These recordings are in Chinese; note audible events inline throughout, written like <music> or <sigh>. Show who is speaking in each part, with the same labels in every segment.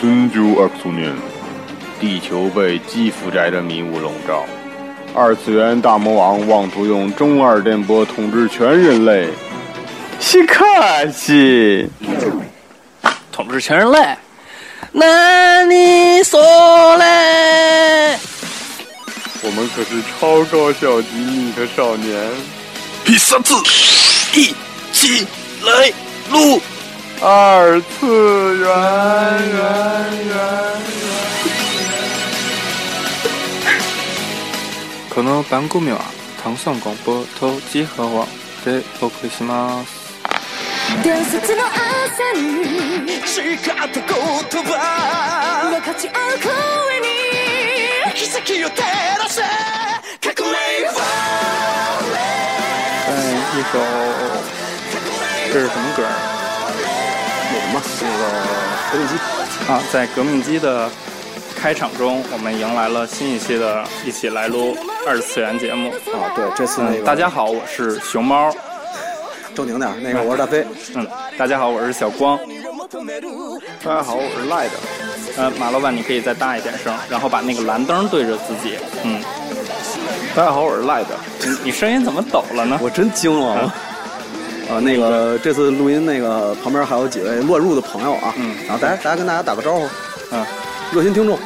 Speaker 1: 二苏宁，地球被基辅宅的迷雾笼罩，二次元大魔王妄图用中二电波统治全人类。西卡西，
Speaker 2: 统治全人类。那你说嘞？
Speaker 1: 我们可是超高校级逆特少年。
Speaker 2: 第三次，一起来录。
Speaker 1: 二次元，元元
Speaker 3: この番組は唐宋广播と集合网でお送りします。
Speaker 4: 伝説の朝に
Speaker 5: 誓った言葉
Speaker 4: 分かち合う声に
Speaker 5: 奇跡を照らせ革命
Speaker 3: 嗯，一首这是什么歌儿？有吗？那个革命机啊，在革命机的开场中，我们迎来了新一期的《一起来撸二次元》节目。
Speaker 6: 啊，对，这次那
Speaker 3: 嗯，
Speaker 6: 个
Speaker 3: 大家好，我是熊猫。
Speaker 6: 正经点儿，那个我是大飞，
Speaker 3: 嗯，大家好，我是小光。
Speaker 1: 大家好，我是赖的。
Speaker 3: 呃，马老板，你可以再大一点声，然后把那个蓝灯对着自己。嗯，
Speaker 1: 大家好，我是赖的。
Speaker 3: 你你声音怎么抖了呢？
Speaker 6: <laughs> 我真惊 <laughs> 了。啊，那个这次录音那个旁边还有几位乱入的朋友啊，
Speaker 3: 嗯
Speaker 6: 然后大家大家跟大家打个招呼，
Speaker 3: 嗯，
Speaker 6: 热心听众，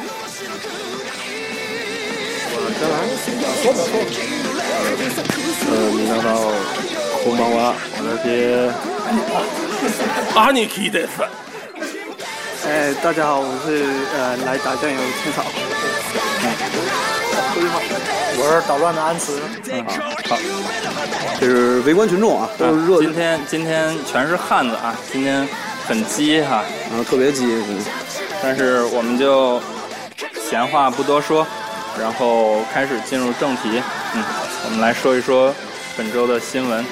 Speaker 2: 阿尼基的粉，
Speaker 3: 哎，大家好，我是呃来打酱油青草。嗯，我是
Speaker 6: 啊这是围观群众啊，
Speaker 3: 捣
Speaker 6: 都
Speaker 3: 乱
Speaker 6: 是
Speaker 3: 的安慈。嗯，好，
Speaker 6: 热，
Speaker 3: 今天今天全是汉子啊，今天很鸡哈、
Speaker 6: 然后特别激，嗯
Speaker 3: 但是我们就闲话不多说，然后开始进入正题。嗯，我们来说一说本周的新闻。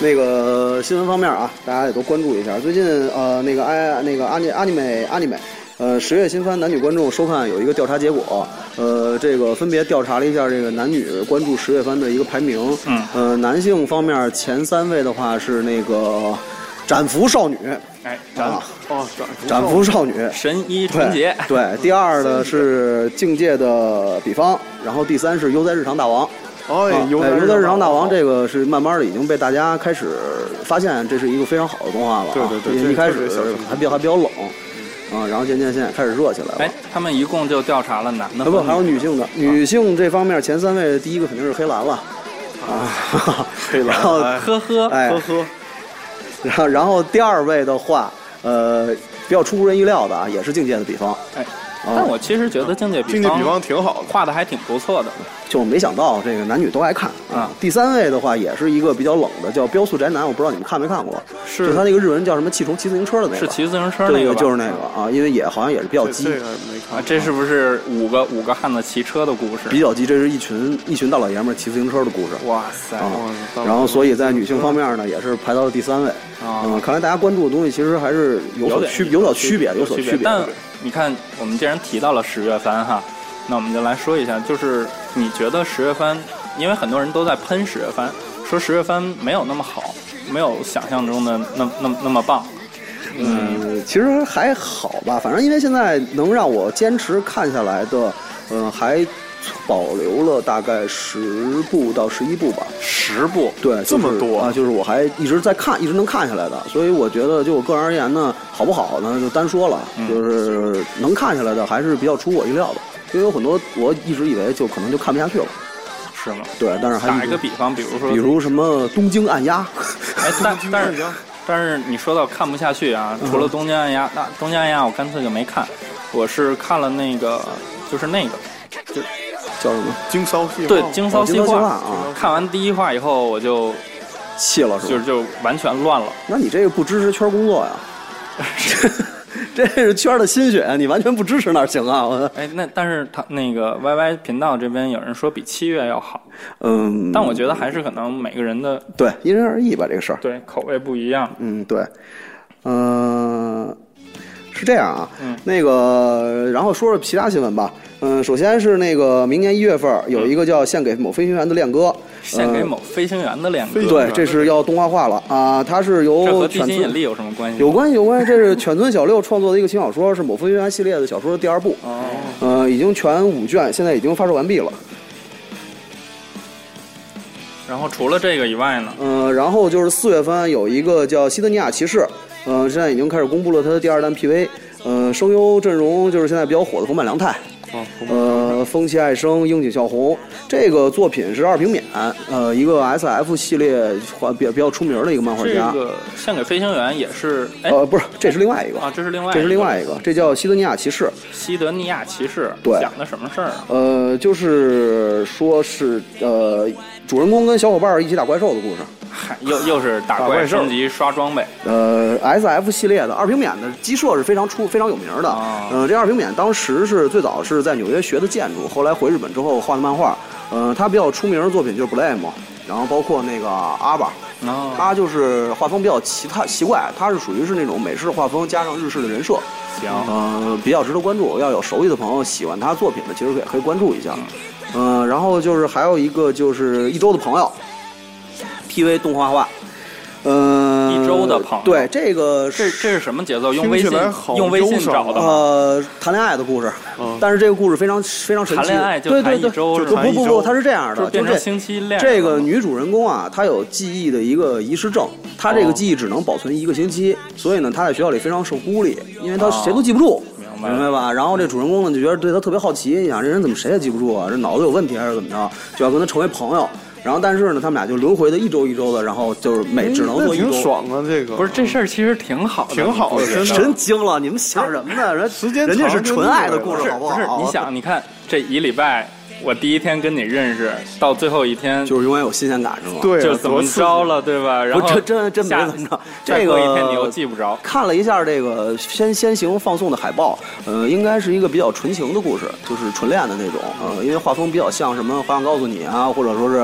Speaker 6: 那个新闻方面啊，大家也都关注一下。最近呃，那个阿那个阿尼阿尼美阿尼美，呃，十月新番男女观众收看有一个调查结果，呃，这个分别调查了一下这个男女关注十月番的一个排名。
Speaker 3: 嗯
Speaker 6: 呃，男性方面前三位的话是那个斩服少女，
Speaker 3: 哎，咱
Speaker 6: 啊
Speaker 1: 哦
Speaker 6: 斩服少女。
Speaker 3: 神医
Speaker 6: 对
Speaker 3: 纯洁，
Speaker 6: 对，第二呢是境界的比方，然后第三是悠哉日常大王。
Speaker 1: 哦
Speaker 6: 啊哎，游在日常大王这个是慢慢的已经被大家开始发现，这是一个非常好的动画了啊。
Speaker 1: 对对对
Speaker 6: 因
Speaker 1: 这
Speaker 6: 为一开
Speaker 1: 特
Speaker 6: 始
Speaker 1: 别小清新
Speaker 6: 还比较还比较冷，啊，然后渐渐现在开始热起来
Speaker 3: 哎
Speaker 6: 了。，
Speaker 3: 他们一共就调查了男的
Speaker 6: 啊不，还有
Speaker 3: 和
Speaker 6: 女性的，女性这方面前三位，第一个肯定是黑兰了，啊，黑兰，然后
Speaker 3: 的，呵呵，
Speaker 6: 哎，
Speaker 1: 呵，
Speaker 6: 然后然后第二位的话，呃，比较出乎人意料的啊，也是境界的比方，
Speaker 3: 哎，但我其实觉
Speaker 6: 啊
Speaker 3: 得境界比
Speaker 1: 经济比方挺好的。
Speaker 3: 画的还挺不错的。
Speaker 6: 就没想到这个男女都爱看
Speaker 3: 啊
Speaker 6: 第三位的话也是一个比较冷的，叫《标速宅男》，我不知道你们看没看过，
Speaker 3: 是
Speaker 6: 就他那个日文叫什么？气虫骑自行车的那个，
Speaker 3: 是骑自行车
Speaker 6: 对
Speaker 3: 那个吧
Speaker 6: 就是那个啊，因为也好像也是比较鸡，
Speaker 1: 这个没看
Speaker 3: 啊，这是不是五个五个汉子骑车的故
Speaker 6: 比
Speaker 3: 事？
Speaker 6: 较鸡，这是一群一群大老爷们儿骑自行车的故事。
Speaker 3: 哇塞！
Speaker 6: 啊
Speaker 1: 哇塞，
Speaker 6: 然后所以在女性方面呢，也是排到了第三位。
Speaker 3: 啊
Speaker 6: 嗯，看来大家关注的东西其实还是有所
Speaker 3: 点
Speaker 6: 区有所区别，
Speaker 3: 有
Speaker 6: 所
Speaker 3: 区
Speaker 6: 区别
Speaker 3: 但
Speaker 6: 的。
Speaker 3: 你看，我们既然提到了十月番哈，那我们就来说一下，就是你觉得十月番，因为很多人都在喷十月番，说十月番没有那么好，没有想象中的那那那么棒。
Speaker 6: 嗯，其实还好吧，反正因为现在能让我坚持看下来的，嗯，还保留了大概十部到十一部吧。
Speaker 3: 十部，
Speaker 6: 对，就是
Speaker 1: 这么多
Speaker 6: 啊，就是我还一直在看，一直能看下来的，所以我觉得就我个人而言呢，好不好呢，就单说了，
Speaker 3: 嗯
Speaker 6: 就是能看下来的还是比较出我意料的，因为有很多我一直以为就可能就看不下去了，
Speaker 3: 是吗？
Speaker 6: 对，但是还
Speaker 3: 打
Speaker 6: 一
Speaker 3: 一
Speaker 6: 直
Speaker 3: 个比方，比如说，
Speaker 6: 比，如什么东京按压，
Speaker 3: 哎，但但是但是你说到看不下去啊，
Speaker 6: 嗯
Speaker 3: 除了东京按压，那东京按压我干脆就没看，我是看了那个，就是那个，
Speaker 6: <laughs> 叫什么
Speaker 1: 经骚戏
Speaker 3: 对，京骚
Speaker 6: 哦京
Speaker 3: 西
Speaker 6: 骚西
Speaker 3: 话
Speaker 6: 话啊
Speaker 3: 看完第一话以后，我就
Speaker 6: 气了是
Speaker 3: 就
Speaker 6: 吧？
Speaker 3: 就完全乱了。
Speaker 6: 那你这个不支持圈工作
Speaker 3: <laughs>
Speaker 6: 呀？这是圈儿的心血，啊你完全不支持哪儿行啊？我
Speaker 3: 哎，那但是他那个 YY 频道这边有人说比七月要好，
Speaker 6: 嗯，
Speaker 3: 但我觉得还是可能每个人的
Speaker 6: 对因人而异吧，这个事儿。
Speaker 3: 对口味不一样。
Speaker 6: 嗯，对，嗯、是这样啊。啊
Speaker 3: 嗯
Speaker 6: 那个，然后说说其他新闻吧。嗯，首先是那个明年一月份儿有
Speaker 3: 嗯
Speaker 6: 一个叫《献给某飞行员》的恋歌，
Speaker 3: 献给
Speaker 6: 呃
Speaker 3: 某飞行员的恋歌，
Speaker 6: 对，这是要动画化了啊，它是
Speaker 3: 这
Speaker 6: 由
Speaker 3: 和地
Speaker 6: 犬
Speaker 3: 心引
Speaker 6: 村
Speaker 3: 力有什么关系？
Speaker 6: 有关系有关系，这是犬村小六创作的一个轻小说，是某飞行员系列的小说的第二部，
Speaker 3: 哦，
Speaker 6: 呃，已经全五卷，现在已经发售完毕了。
Speaker 3: 然后除了这个以外呢，
Speaker 6: 呃，然后就是四月份有一个叫《西德尼亚骑士》，呃，现在已经开始公布了它的第二弹 PV，呃，声优阵容就是现在比较火的红坂良太，
Speaker 3: 哦，
Speaker 6: 呃，风气爱生、樱井孝宏，这个作品是二平免，呃，一个 S F 系列画比较比较出名的一个漫画
Speaker 3: 这
Speaker 6: 家，
Speaker 3: 个献给飞行员也是，哎，
Speaker 6: 呃，不是，这是另外一个，
Speaker 3: 啊，这是另外，
Speaker 6: 这是另外一个，这叫《西德尼亚骑士》，
Speaker 3: 西德尼亚骑士，
Speaker 6: 对
Speaker 3: 讲的什么事儿啊？
Speaker 6: 呃，就是说是呃，主人公跟小伙伴儿一起打怪兽的故事，
Speaker 3: 嗨，又又是打
Speaker 6: 打
Speaker 3: 怪
Speaker 6: 怪兽
Speaker 3: 升级刷装备，
Speaker 6: 呃，S F 系列的二平免的鸡舍是非常出非常有名的。
Speaker 3: 啊
Speaker 6: 呃，这二平免当时是最早是在纽约学的建筑，后来回日本之后画的漫画。呃，他比较出名的作品就是 Blame，然后包括那个阿巴，
Speaker 3: 然后
Speaker 6: 他就是画风比较奇特奇怪，他是属于是那种美式画风加上日式的人设，
Speaker 3: 行，
Speaker 6: 呃，比较值得关注。要有熟悉的朋友喜欢他作品的，其实可以可以关注一下。嗯、然后就是还有一个就是一周的朋友，PV 动画化。嗯、
Speaker 3: 一周的朋友
Speaker 6: 对这个
Speaker 3: 这
Speaker 6: 是
Speaker 3: 这是什么节奏？用
Speaker 7: 听
Speaker 3: 微
Speaker 7: 起
Speaker 3: 信
Speaker 7: 来好
Speaker 3: 用微信
Speaker 7: 忧伤啊
Speaker 3: 找的吗？
Speaker 6: 呃谈恋爱的故事，但是这个故事非常非常神奇。
Speaker 3: 哦谈恋爱就
Speaker 6: 对
Speaker 3: 谈
Speaker 6: 对
Speaker 3: 一
Speaker 6: 对，
Speaker 3: 周是
Speaker 6: 不
Speaker 3: 吧
Speaker 6: 不不不，它是这样的，
Speaker 3: 就变成
Speaker 6: 这
Speaker 3: 星期恋
Speaker 6: 这
Speaker 3: 了
Speaker 6: 个
Speaker 3: 吗
Speaker 6: 女主人公啊，她有记忆的一个遗失症，她
Speaker 3: 哦
Speaker 6: 这个记忆只能保存一个星期，所以呢，她在学校里非常受孤立，因为她谁都记不住，
Speaker 3: 啊明白
Speaker 6: 明白吧？然后这主人公呢就觉得对她特别好奇，你想这人怎么谁也记不住啊？这脑子有问题还是怎么着？就要跟她成为朋友。然后，但是呢，他们俩就轮回的一周一周的，然后就是每只能
Speaker 7: 那
Speaker 6: 做一周。
Speaker 7: 挺爽啊，这个
Speaker 3: 不是这事儿其实挺好的，
Speaker 7: 挺好
Speaker 3: 你
Speaker 7: 的
Speaker 3: 不觉得
Speaker 7: 真的
Speaker 6: 真惊了！你们想什么呢？人
Speaker 7: <laughs> 时间
Speaker 6: 人家
Speaker 7: 长
Speaker 6: 是
Speaker 7: 就
Speaker 6: 纯
Speaker 7: 腻
Speaker 6: 爱的
Speaker 7: 了
Speaker 6: 故
Speaker 7: 不
Speaker 6: 事，
Speaker 7: 是
Speaker 6: 好
Speaker 3: 不
Speaker 6: 好？
Speaker 3: 是你想，你看这一礼拜，我第一天跟你认识，到最后一天
Speaker 6: 就是永远有新鲜感，是吗？
Speaker 7: 对啊，
Speaker 3: 就怎么
Speaker 7: 多刺激
Speaker 3: 着了，对吧？然
Speaker 6: 不
Speaker 3: 后
Speaker 6: 这真真没
Speaker 3: 下
Speaker 6: 怎么着
Speaker 3: 再
Speaker 6: 这
Speaker 3: 过一
Speaker 6: 个
Speaker 3: 天你又记不着，
Speaker 6: 看了一下这个先先行放送的海报，呃，应该是一个比较纯情的故事，就是纯恋的那种，呃，因为画风比较像什么《花样告诉你》啊，或者说是，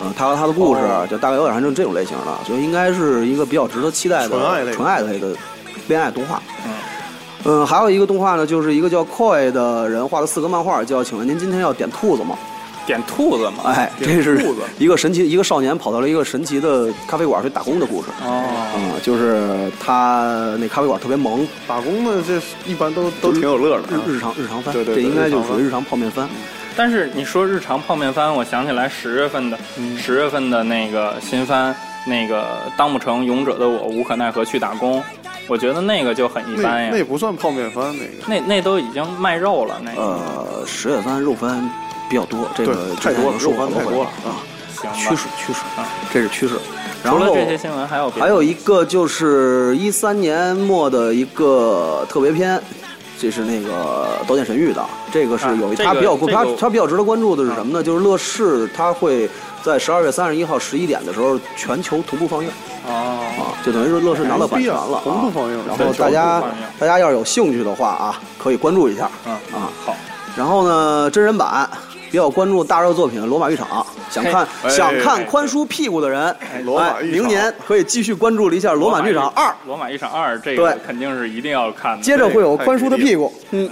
Speaker 6: 呃，他和他的故事，
Speaker 7: 哦
Speaker 6: 就大概有点像这种类型的，所以应该是一个比较值得期待的
Speaker 7: 纯爱类的
Speaker 6: 纯爱的一个恋爱动画。嗯，还有一个动画呢，就是一个叫 Koi 的人画的四格漫画，叫《请问您今天要点兔子吗？
Speaker 3: 点兔子嘛，
Speaker 6: 哎，这是一个神奇，一个少年跑到了一个神奇的咖啡馆去打工的故事。
Speaker 3: 哦，
Speaker 6: 嗯，就是他那咖啡馆特别萌，
Speaker 7: 打工的，这一般都都挺有乐的啊。
Speaker 6: 日日常日常番，
Speaker 7: 对对
Speaker 6: 这
Speaker 7: 对
Speaker 6: 应该
Speaker 7: 日
Speaker 6: 就
Speaker 7: 常
Speaker 6: 属于日常泡面番。
Speaker 3: 但是你说日常泡面番，我想起来十月份的十月份的那个新番，那个当不成勇者的我无可奈何去打工，我觉得那个就很一般
Speaker 7: 那那也
Speaker 3: 呀，
Speaker 7: 不算泡面番，那个
Speaker 3: 那那都已经卖肉了，那个
Speaker 6: 呃，十月番肉番比较多，这个
Speaker 7: 嗯对太多了，
Speaker 6: 肉
Speaker 7: 肉番太多了
Speaker 6: 啊，
Speaker 7: 啊。
Speaker 3: 行
Speaker 6: 趋
Speaker 3: 吧
Speaker 6: 势。趋势
Speaker 3: 啊，
Speaker 6: 这是趋势。然
Speaker 3: 除了
Speaker 6: 后
Speaker 3: 这些新闻，还有别的
Speaker 6: 还有一个就是一三年末的一个特别篇，这是那个导演神域的，这个是
Speaker 3: 啊
Speaker 6: 有一
Speaker 3: 这
Speaker 6: 他
Speaker 3: 个
Speaker 6: 比较他
Speaker 3: 这个
Speaker 6: 他比较值得关注的是什么呢？就是乐视他会在十二月三十一号十一点的时候全球同步放映。
Speaker 3: 哦，
Speaker 6: 啊，就等于说乐视拿到版权了啊，
Speaker 7: 同步放映
Speaker 6: 然
Speaker 7: 对
Speaker 6: 后
Speaker 7: 全
Speaker 6: 大家
Speaker 3: 部放映
Speaker 6: 大家要是有兴趣的话啊，可以关注一下。
Speaker 3: 嗯
Speaker 6: 啊，
Speaker 3: 好，
Speaker 6: 然后呢，真人版比较关注大热作品《罗马浴场》，想看
Speaker 7: 哎
Speaker 6: 想看宽叔屁股的人，
Speaker 7: 罗马
Speaker 6: 哎
Speaker 7: 浴场
Speaker 6: 明年可以继续关注一下《罗马浴场二》，
Speaker 3: 罗马浴场二这个
Speaker 6: 对
Speaker 3: 肯定是一定要看的。
Speaker 6: 接着会有宽叔的屁股，嗯，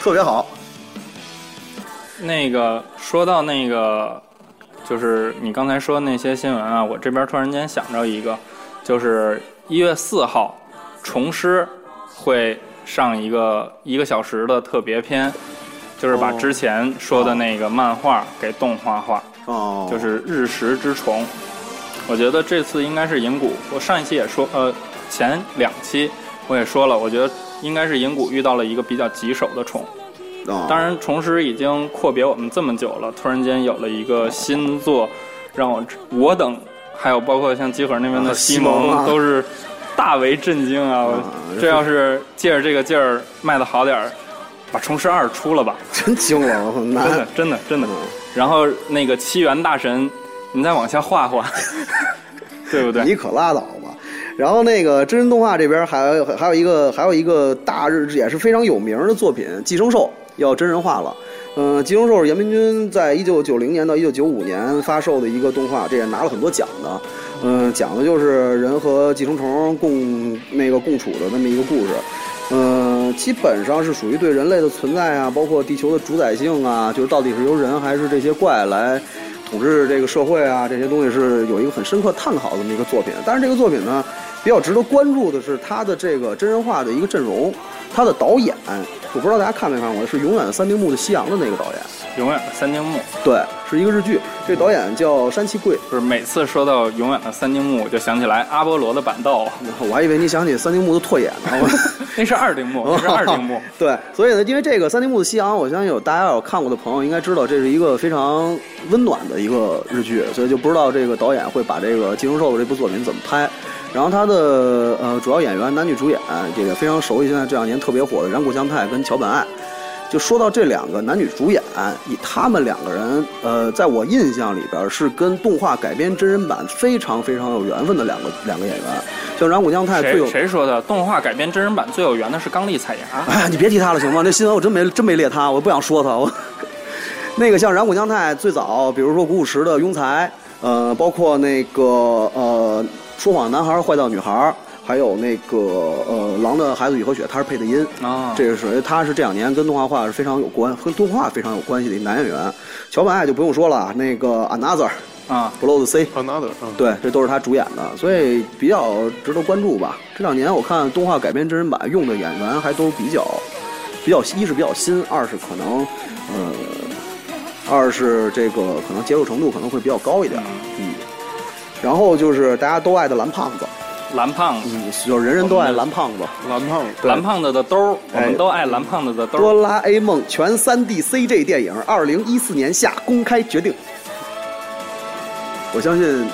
Speaker 6: 特别好。
Speaker 3: 那个说到那个，就是你刚才说那些新闻啊，我这边突然间想到一个，就是一月四号，重师会上一个一个小时的特别篇，就是把
Speaker 6: 哦
Speaker 3: 之前说的那个漫画给动画化，
Speaker 6: 哦，
Speaker 3: 就是《日食之虫》。我觉得这次应该是银谷，我上一期也说，呃，前两期我也说了，我觉得应该是银谷遇到了一个比较棘手的虫。
Speaker 6: 哦
Speaker 3: 当然，虫师已经阔别我们这么久了，突然间有了一个新作，让我我等，还有包括像集合那边的
Speaker 6: 啊
Speaker 3: 西
Speaker 6: 西蒙
Speaker 3: 蒙，
Speaker 6: 啊
Speaker 3: 都是大为震惊啊！我这要是借着这个劲儿卖的好点儿，把虫师二出了吧，
Speaker 6: 真惊啊了， <laughs> 我
Speaker 3: 真的
Speaker 6: 难。
Speaker 3: 真的真的。
Speaker 6: 嗯
Speaker 3: 然后那个七元大神，你再往下画画， <laughs> 对不
Speaker 6: 你
Speaker 3: 对？
Speaker 6: 可拉倒吧。然后那个真人动画这边还有还有一个还有一个大日也是非常有名的作品《寄生兽》要真人化了。嗯、寄生兽》是严明君在一九九零年到一九九五年发售的一个动画，这也拿了很多奖的。嗯、讲的就是人和寄生虫共那个共处的那么一个故事。嗯、呃，基本上是属于对人类的存在啊，包括地球的主宰性啊，就是到底是由人还是这些怪来统治这个社会啊，这些东西是有一个很深刻探讨的这么一个作品。但是这个作品呢，比较值得关注的是它的这个真人化的一个阵容，它的导演，我不知道大家看没看过，是《永远的三丁目的夕阳》的那个导演，
Speaker 3: 永远的三丁目，
Speaker 6: 对，是一个日剧，这导演叫山崎贵。
Speaker 3: 就是每次说到永远的三丁目，我就想起来阿波罗的板
Speaker 6: <laughs>
Speaker 3: 道，啊
Speaker 6: 我还以为你想起三丁目的拓 <laughs> 野呢，我。
Speaker 3: 那是二丁目，那是二丁目。
Speaker 6: <laughs> 对，所以呢，因为这个三丁目的夕阳，我相信有大家有看过的朋友应该知道，这是一个非常温暖的一个日剧，所以就不知道这个导演会把这个《寄生兽》这部作品怎么拍。然后他的呃主要演员、男女主演这个非常熟悉，现在这两年特别火的染谷将太跟桥本爱。就说到这两个男女主演，以他们两个人，呃，在我印象里边是跟动画改编真人版非常非常有缘分的两个两个演员。像染谷将太最有
Speaker 3: 谁谁说的？动画改编真人版最有缘的是刚力彩芽，
Speaker 6: 哎，你别提他了，行吗？这新闻我真没真没列他，我不想说他。我 <laughs> 那个像染谷将太最早，比如说古武石的庸才，呃，包括那个呃说谎男孩、坏掉女孩，还有那个呃狼的孩子与和雪，他是配的音。
Speaker 3: 哦
Speaker 6: 这个属于他是这两年跟动画化是非常有关，跟动画非常有关系的一男演员。桥本爱就不用说了，那个 Another
Speaker 3: 啊，
Speaker 6: Blood C。
Speaker 7: Another 啊，
Speaker 6: 对，这都是他主演的，所以比较值得关注吧。这两年我看动画改编真人版用的演员还都比较，比较一是比较新，二是可能，呃，二是这个可能接受程度可能会比较高一点，嗯。然后就是大家都爱的蓝胖子，
Speaker 3: 蓝胖子，
Speaker 6: 嗯，就是人人都爱蓝胖子，
Speaker 7: 蓝胖子，
Speaker 3: 蓝胖子的兜儿，我
Speaker 6: 哎
Speaker 3: 们都爱蓝胖子的兜
Speaker 6: 哆
Speaker 3: 儿。
Speaker 6: 啦 A 梦全 3D CG 电影，二零一四年夏公开决定。我相信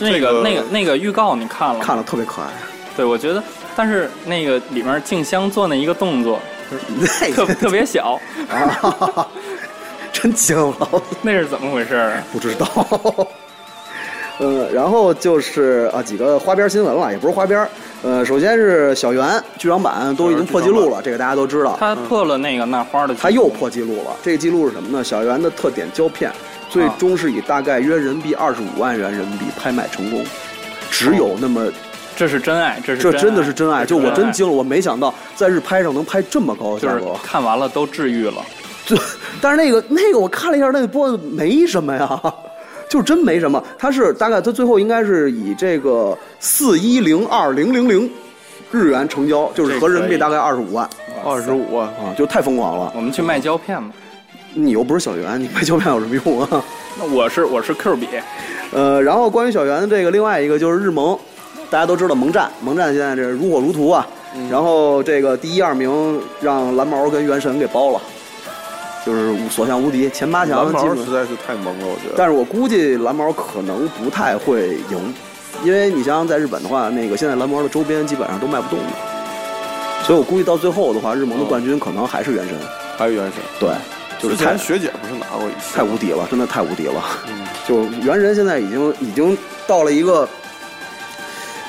Speaker 3: 那
Speaker 7: 这个
Speaker 3: 个那个那个预告你看了吗？
Speaker 6: 看了特别可爱，
Speaker 3: 对，我觉得，但是那个里面静香做那一个动作， <laughs>
Speaker 6: 哎 <laughs>
Speaker 3: 特特别小，
Speaker 6: 啊， <laughs> 真惊了，
Speaker 3: 那是怎么回事儿啊？
Speaker 6: 不知道。 <laughs> 呃，然后就是啊几个花边新闻了，也不是花边儿。呃，首先是小圆剧场版都已经破纪录了，这个大家都知道。
Speaker 3: 他破了那个那花的记录，
Speaker 6: 嗯他又破纪录了，这个记录是什么呢？小圆的特点胶片，最终是以大概约人民币二十五万元人民币拍卖成功，只有那么
Speaker 3: 这是真爱，这是
Speaker 6: 这
Speaker 3: 爱
Speaker 6: 真的哦是真爱，就我真
Speaker 3: 爱
Speaker 6: 惊了，我没想到在日拍上能拍这么高的
Speaker 3: 就
Speaker 6: 价
Speaker 3: 是
Speaker 6: 格。
Speaker 3: 看完了都治愈了。
Speaker 6: 对，但是那个那个我看了一下，那播的没什么呀，就真没什么。它是大概它最后应该是以这个四一零二零零零日元成交，就是合人民币大概二十五万
Speaker 7: 二十五啊，
Speaker 6: 啊，就太疯狂了。
Speaker 3: 我们去卖胶片吧。
Speaker 6: 你又不是小圆，你拍胶片有什么用啊？
Speaker 3: 那我是我是 Q 比，
Speaker 6: 呃，然后关于小圆的这个，另外一个就是日盟，大家都知道盟战，盟战现在这如火如荼啊。
Speaker 7: 嗯
Speaker 6: 然后这个第一二名让蓝毛跟原神给包了，就是无所向无敌，前八强
Speaker 7: 蓝
Speaker 6: 基
Speaker 7: 毛
Speaker 6: 本
Speaker 7: 实在是太萌了，我觉得。
Speaker 6: 但是我估计蓝毛可能不太会赢，因为你想想在日本的话，那个现在蓝毛的周边基本上都卖不动的，所以我估计到最后的话，日盟的冠军可能还是原神，
Speaker 7: 还有原神，
Speaker 6: 对，就是
Speaker 7: 嗯之
Speaker 6: 太
Speaker 7: 前嗯学姐不是拿过一次
Speaker 6: 太无敌了，真的太无敌了，就原神现在已经已经到了一个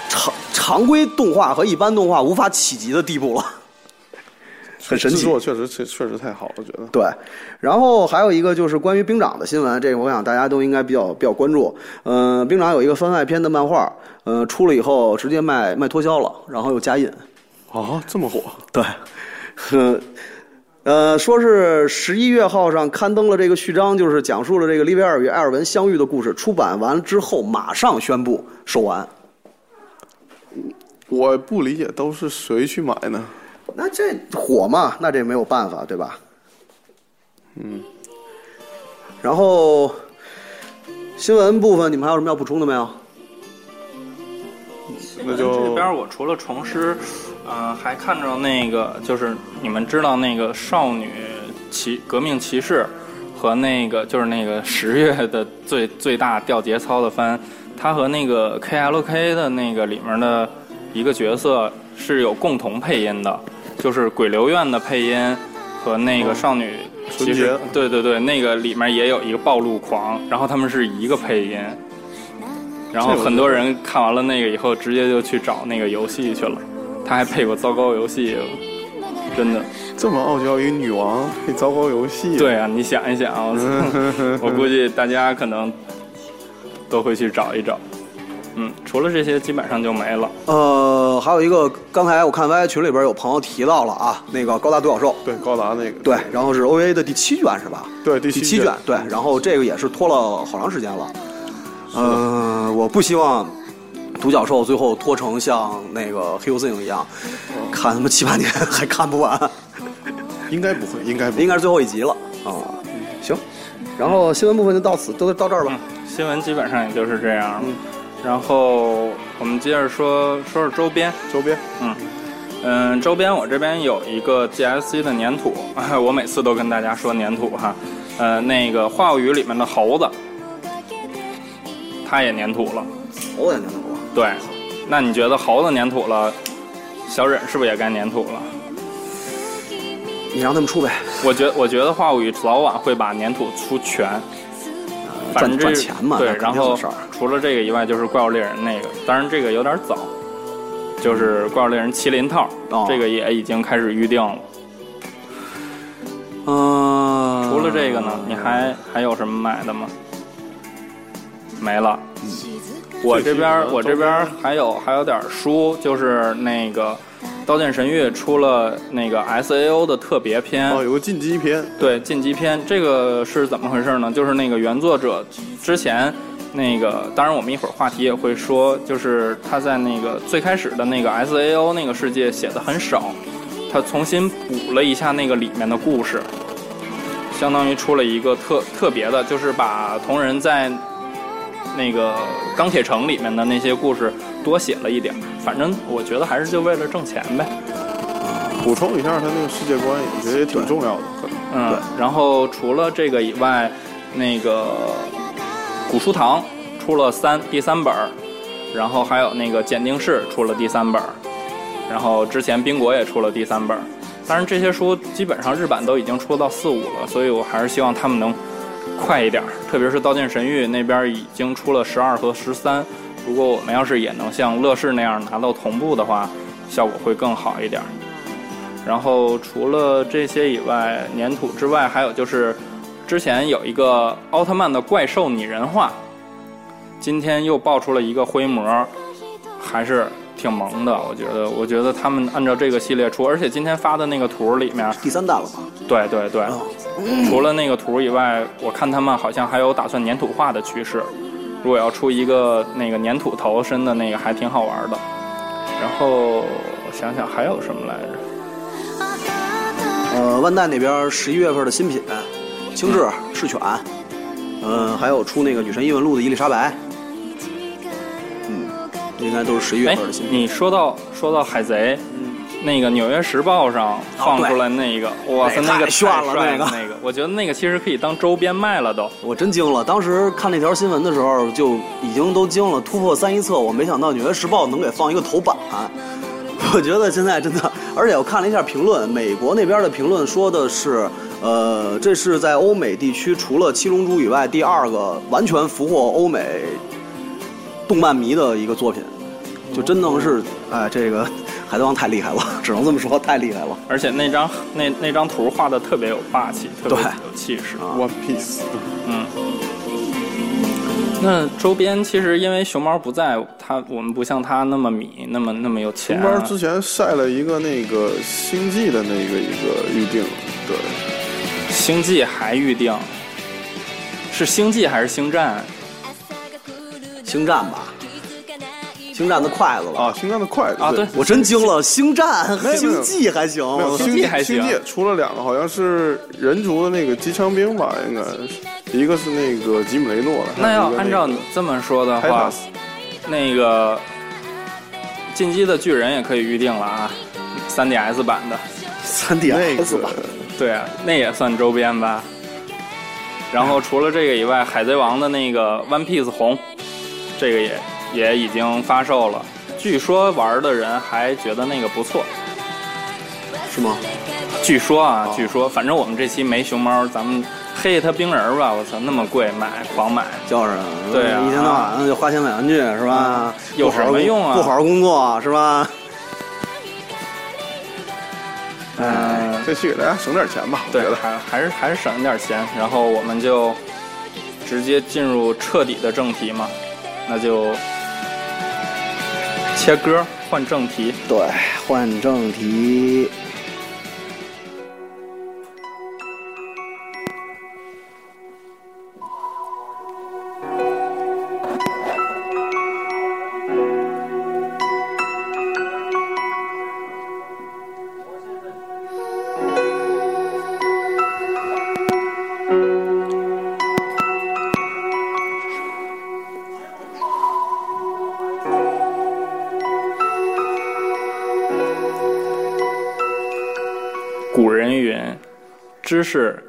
Speaker 6: 常常规动画和一般动画无法企及的地步了，很神
Speaker 7: 制
Speaker 6: 奇。
Speaker 7: 作确实确确实太好了，我觉得。
Speaker 6: 对，然后还有一个就是关于兵长的新闻，这个我想大家都应该比较比较关注。嗯、兵长有一个番外篇的漫画，呃，出了以后直接卖卖脱销了，然后又加印。
Speaker 7: 啊，这么火，
Speaker 6: 对， <laughs> 呃，呃，说是十一月号上刊登了这个序章，就是讲述了这个利维尔与艾尔文相遇的故事。出版完之后，马上宣布售完。
Speaker 7: 我不理解都是谁去买呢？
Speaker 6: 那这火嘛，那这没有办法，对吧？嗯。然后新闻部分，你们还有什么要补充的没有？
Speaker 7: 那就
Speaker 3: 这边我除了重师，嗯、还看着那个就是你们知道那个少女骑革命骑士和那个就是那个十月的最最大掉节操的番，它和那个 KLK 的那个里面的一个角色是有共同配音的，就是鬼留院的配音和那个少女骑士，
Speaker 7: 哦纯洁
Speaker 3: 对对对，那个里面也有一个暴露狂，然后他们是一个配音。然后很多人看完了那个以后，直接就去找那个游戏去了。他还配过糟糕游戏，真的。
Speaker 7: 这么傲娇一个女王配糟糕游戏，
Speaker 3: 对啊，你想一想，我我估计大家可能都会去找一找。嗯，除了这些，基本上就没了。
Speaker 6: 呃，还有一个，刚才我看 YY 群里边有朋友提到了啊，那个高达独角兽，
Speaker 7: 对高达那个，
Speaker 6: 对，然后是 OVA 的第七卷是吧？
Speaker 7: 对
Speaker 6: 第
Speaker 7: 第七卷
Speaker 6: 卷，对，然后这个也是拖了好长时间了。呃，我不希望独角兽最后拖成像那个黑游森影一样，看他妈七八年 <laughs> 还看不完，
Speaker 7: 应该不会，应该不
Speaker 6: 应
Speaker 7: 会。
Speaker 6: 该是最后一集了啊、行，然后新闻部分就到此，都到这儿吧
Speaker 3: 嗯。，新闻基本上也就是这样了。然后我们接着说说说周边，
Speaker 7: 周边
Speaker 3: 嗯嗯，周边我这边有一个 GSC 的粘土， <laughs> 我每次都跟大家说粘土哈。呃，那个话语里面的猴子，它也粘土了。
Speaker 6: 我也念过，
Speaker 3: 对，那你觉得猴子粘土了，小忍是不是也该粘土了？
Speaker 6: 你让他们出呗，
Speaker 3: 我觉我觉得话语早晚会把粘土出全，反
Speaker 6: 赚
Speaker 3: 正
Speaker 6: 赚
Speaker 3: 这
Speaker 6: 钱嘛，那
Speaker 3: 对，
Speaker 6: 肯
Speaker 3: 然
Speaker 6: 定的
Speaker 3: 后嗯
Speaker 6: 事儿。
Speaker 3: 除了这个以外，就是怪物猎人那个，当然这个有点早，就是怪物猎人麒麟套，
Speaker 6: 哦
Speaker 3: 这个也已经开始预定了。
Speaker 6: 嗯，
Speaker 3: 除了这个呢，你还还有什么买的吗？没了。我这边儿我这边儿还有还有点儿书，就是那个《刀剑神域》出了那个 S A O 的特别篇，
Speaker 7: 哦，有个进击篇，
Speaker 3: 对《进击篇》这个是怎么回事呢？就是那个原作者之前那个，当然我们一会儿话题也会说，就是他在那个最开始的那个 S A O 那个世界写的很少，他重新补了一下那个里面的故事，相当于出了一个特特别的，就是把同人在那个钢铁城里面的那些故事多写了一点儿，反正我觉得还是就为了挣钱呗。
Speaker 7: 补充一下他那个世界观，我觉得也挺重要的。可能
Speaker 3: 嗯，然后除了这个以外，那个古书堂出了三第三本儿，然后还有那个鉴定室出了第三本儿，然后之前冰国也出了第三本儿。当然这些书基本上日版都已经出到四五了，所以我还是希望他们能快一点儿，特别是《刀剑神域》那边已经出了十二和十三，如果我们要是也能像乐视那样拿到同步的话，效果会更好一点儿。然后除了这些以外，粘土之外，还有就是之前有一个奥特曼的怪兽拟人化，今天又爆出了一个灰模，还是挺萌的。我觉得，我觉得他们按照这个系列出，而且今天发的那个图里面，
Speaker 6: 第三弹了吧？
Speaker 3: 对对对，
Speaker 6: 哦
Speaker 3: 除了那个图以外，我看他们好像还有打算粘土化的趋势。如果要出一个那个粘土头身的那个，还挺好玩的。然后想想还有什么来着？
Speaker 6: 呃，万代那边十一月份的新品，青雉、
Speaker 3: 嗯
Speaker 6: 赤犬，呃，还有出那个《女神异闻录》的伊丽莎白，嗯，应该都是十一月
Speaker 3: 哎
Speaker 6: 份的新，嗯品。
Speaker 3: 你说到说到海贼，那个《纽约时报》上放出来那个，哇塞，
Speaker 6: 对
Speaker 3: 那个
Speaker 6: 太炫
Speaker 3: 帅
Speaker 6: 了哦那个
Speaker 3: 那个，我觉得那个其实可以当周边卖了都。
Speaker 6: 我真惊了，当时看那条新闻的时候就已经都惊了，突破三一册，我没想到《纽约时报》能给放一个头版。 <laughs> 我觉得现在真的，而且我看了一下评论，美国那边的评论说的是，呃，这是在欧美地区除了《七龙珠》以外第二个完全俘获欧美动漫迷的一个作品，就真能是，哎，这个海贼王太厉害了，只能这么说，太厉害了。
Speaker 3: 而且那张那那张图画的特别有霸气，特别
Speaker 6: 对嗯
Speaker 3: 有气势。
Speaker 7: One Piece，
Speaker 3: 那周边其实因为熊猫不在，他我们不像他那么米，那么那么有钱
Speaker 7: 熊
Speaker 3: 啊。
Speaker 7: 猫之前晒了一个那个星际的那个一个预定，对，
Speaker 3: 星际还预定，是星际还是星战？
Speaker 6: 星战吧，星战的筷子了，
Speaker 7: 啊，星战的筷子
Speaker 3: 啊对
Speaker 6: 我真惊了，星战
Speaker 7: 没有
Speaker 6: 星哦际还行，
Speaker 7: 没有
Speaker 6: 我
Speaker 3: 星际还行
Speaker 7: 星际也出了两个，好像是人族的那个机枪兵吧，应该是，一个是那个吉姆雷诺的，
Speaker 3: 那
Speaker 7: 还有
Speaker 3: 要
Speaker 7: 一个
Speaker 3: 按照
Speaker 7: 那
Speaker 3: 你
Speaker 7: 个
Speaker 3: 这么说的
Speaker 7: 海
Speaker 3: 话
Speaker 7: 塔，
Speaker 3: 那个进击的巨人也可以预定了啊，3 DS 版的，
Speaker 6: 三 D
Speaker 7: 那
Speaker 6: S 吧
Speaker 7: 个，
Speaker 3: 对啊，那也算周边吧。然后除了这个以外，海贼王的那个 One Piece 红，这个也也已经发售了，据说玩的人还觉得那个不错。
Speaker 6: 是吗？
Speaker 3: 据说啊，据说，反正我们这期没熊猫，咱们黑它冰人儿吧，我操，那么贵，买狂买。
Speaker 6: 叫人，
Speaker 3: 对啊
Speaker 6: 一天到晚就花钱买玩具是吧？
Speaker 3: 有什么用啊
Speaker 6: 不好好工作是吧？
Speaker 3: 嗯、
Speaker 7: 这期给大家省点钱吧，我觉
Speaker 3: 对，
Speaker 7: 得。
Speaker 3: 还还是还是省点钱，然后我们就直接进入彻底的正题嘛，那就切歌换正题，
Speaker 6: 对，换正题。
Speaker 3: 古人云：“知识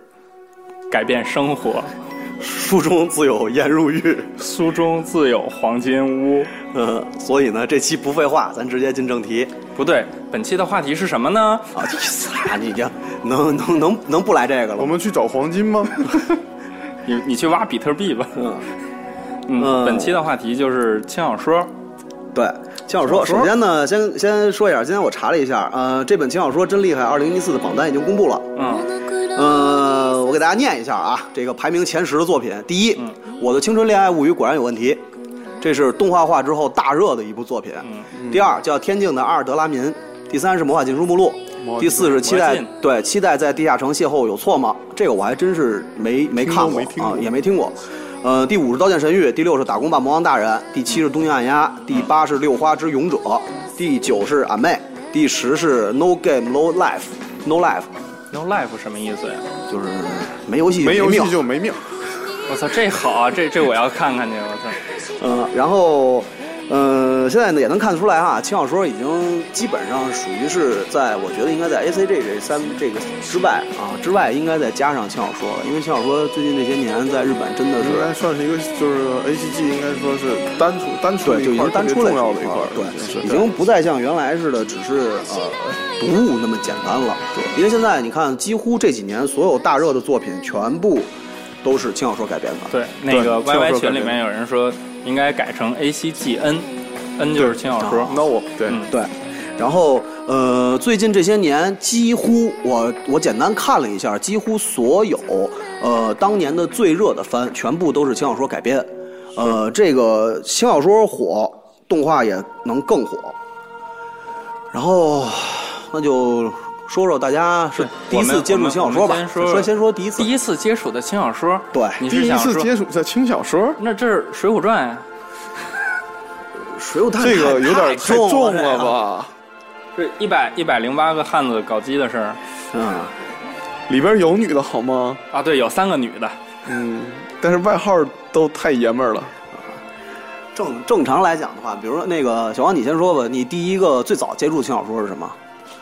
Speaker 3: 改变生活，
Speaker 6: 书中自有颜如玉。 <laughs>
Speaker 3: 书中自有黄金屋。
Speaker 6: 嗯，所以呢，这期不废话，咱直接进正题。”
Speaker 3: 不对，本期的话题是什么呢？
Speaker 6: 啊， <laughs> 意思啊，你这能能能能不来这个了
Speaker 7: 我
Speaker 6: 吗？
Speaker 7: 们去找黄金吗？
Speaker 3: 你你去挖比特币吧。
Speaker 6: 嗯，嗯
Speaker 3: 嗯，本期的话题就是轻小说。嗯
Speaker 6: 对，轻小说。首先呢，先先说一下，今天我查了一下，呃，这本轻小说真厉害，二零一四的榜单已经公布了。
Speaker 3: 嗯，
Speaker 6: 呃，我给大家念一下啊，这个排名前十的作品，第一，我的青春恋爱物语》果然有问题，这是动画化之后大热的一部作品。第二叫《天境的阿尔德拉民》，第三是《魔法禁书目录》，第四是期
Speaker 3: 魔
Speaker 6: 待
Speaker 3: 禁
Speaker 6: 对期待在地下城邂逅有错吗？这个我还真是没没看过
Speaker 7: 没听过
Speaker 6: 啊，也没听过。呃，第五是《刀剑神域》，第六是《打工吧魔王大人》，第七是《东京暗鸦》，第八是《六花之勇者》，第九是《俺妹》，第十是《No Game No Life No Life》。
Speaker 3: No Life 什么意思呀？
Speaker 6: 就是没游戏
Speaker 7: 没游戏
Speaker 6: 命
Speaker 7: 就没命。
Speaker 3: 我操，这好啊，这这我要看看去。我操，
Speaker 6: 嗯，然后呃，现在呢也能看出来哈，轻小说已经基本上属于是在我觉得应该在 A C G 这三这个之外啊之外，应该再加上轻小说了，因为轻小说最近这些年在日本真的是
Speaker 7: 应该算是一个，就是呃 A C G 应该说是单出单出的
Speaker 6: 对就
Speaker 7: 一
Speaker 6: 已经
Speaker 7: 块儿特
Speaker 6: 单
Speaker 7: 别
Speaker 6: 出来
Speaker 7: 重要的一
Speaker 6: 了
Speaker 7: 块儿，
Speaker 6: 对，已
Speaker 7: 是
Speaker 6: 经不再像原来似的只是呃读物那么简单了。对，因为现在你看，几乎这几年所有大热的作品全部都是轻小说改编的。
Speaker 3: 对，那个
Speaker 7: 轻小说
Speaker 3: YY
Speaker 7: 改
Speaker 3: 群
Speaker 7: 编
Speaker 3: 里面有人说应该改成 A C G N，N 就是轻小说。
Speaker 7: no 对
Speaker 3: 嗯
Speaker 6: 对，然后呃，最近这些年，几乎我我简单看了一下，几乎所有呃当年的最热的番，全部都是轻小说改编。呃，这个轻小说火，动画也能更火。然后，那就说说大家是第一次接触轻小说吧
Speaker 3: 我们我们我们先？说
Speaker 6: 说先说第一次
Speaker 3: 第，一次接触的轻小说，
Speaker 6: 对
Speaker 3: 你
Speaker 7: 第
Speaker 3: 是
Speaker 7: 一
Speaker 3: 想
Speaker 7: 次
Speaker 3: 说
Speaker 7: 接触在轻小说，
Speaker 3: 那这是《水浒传》呀？
Speaker 6: 水浒太
Speaker 7: 这个有
Speaker 6: 太
Speaker 7: 点重
Speaker 6: 了
Speaker 7: 了？吧？
Speaker 3: 这一百一百零八个汉子搞基的事儿
Speaker 6: 这个嗯，
Speaker 7: 里边有女的好吗？
Speaker 3: 啊？对，有三个女的，
Speaker 7: 嗯，但是外号都太爷们儿了。
Speaker 6: 正正常来讲的话，比如说那个小王，你先说吧，你第一个最早接触轻小说是什么？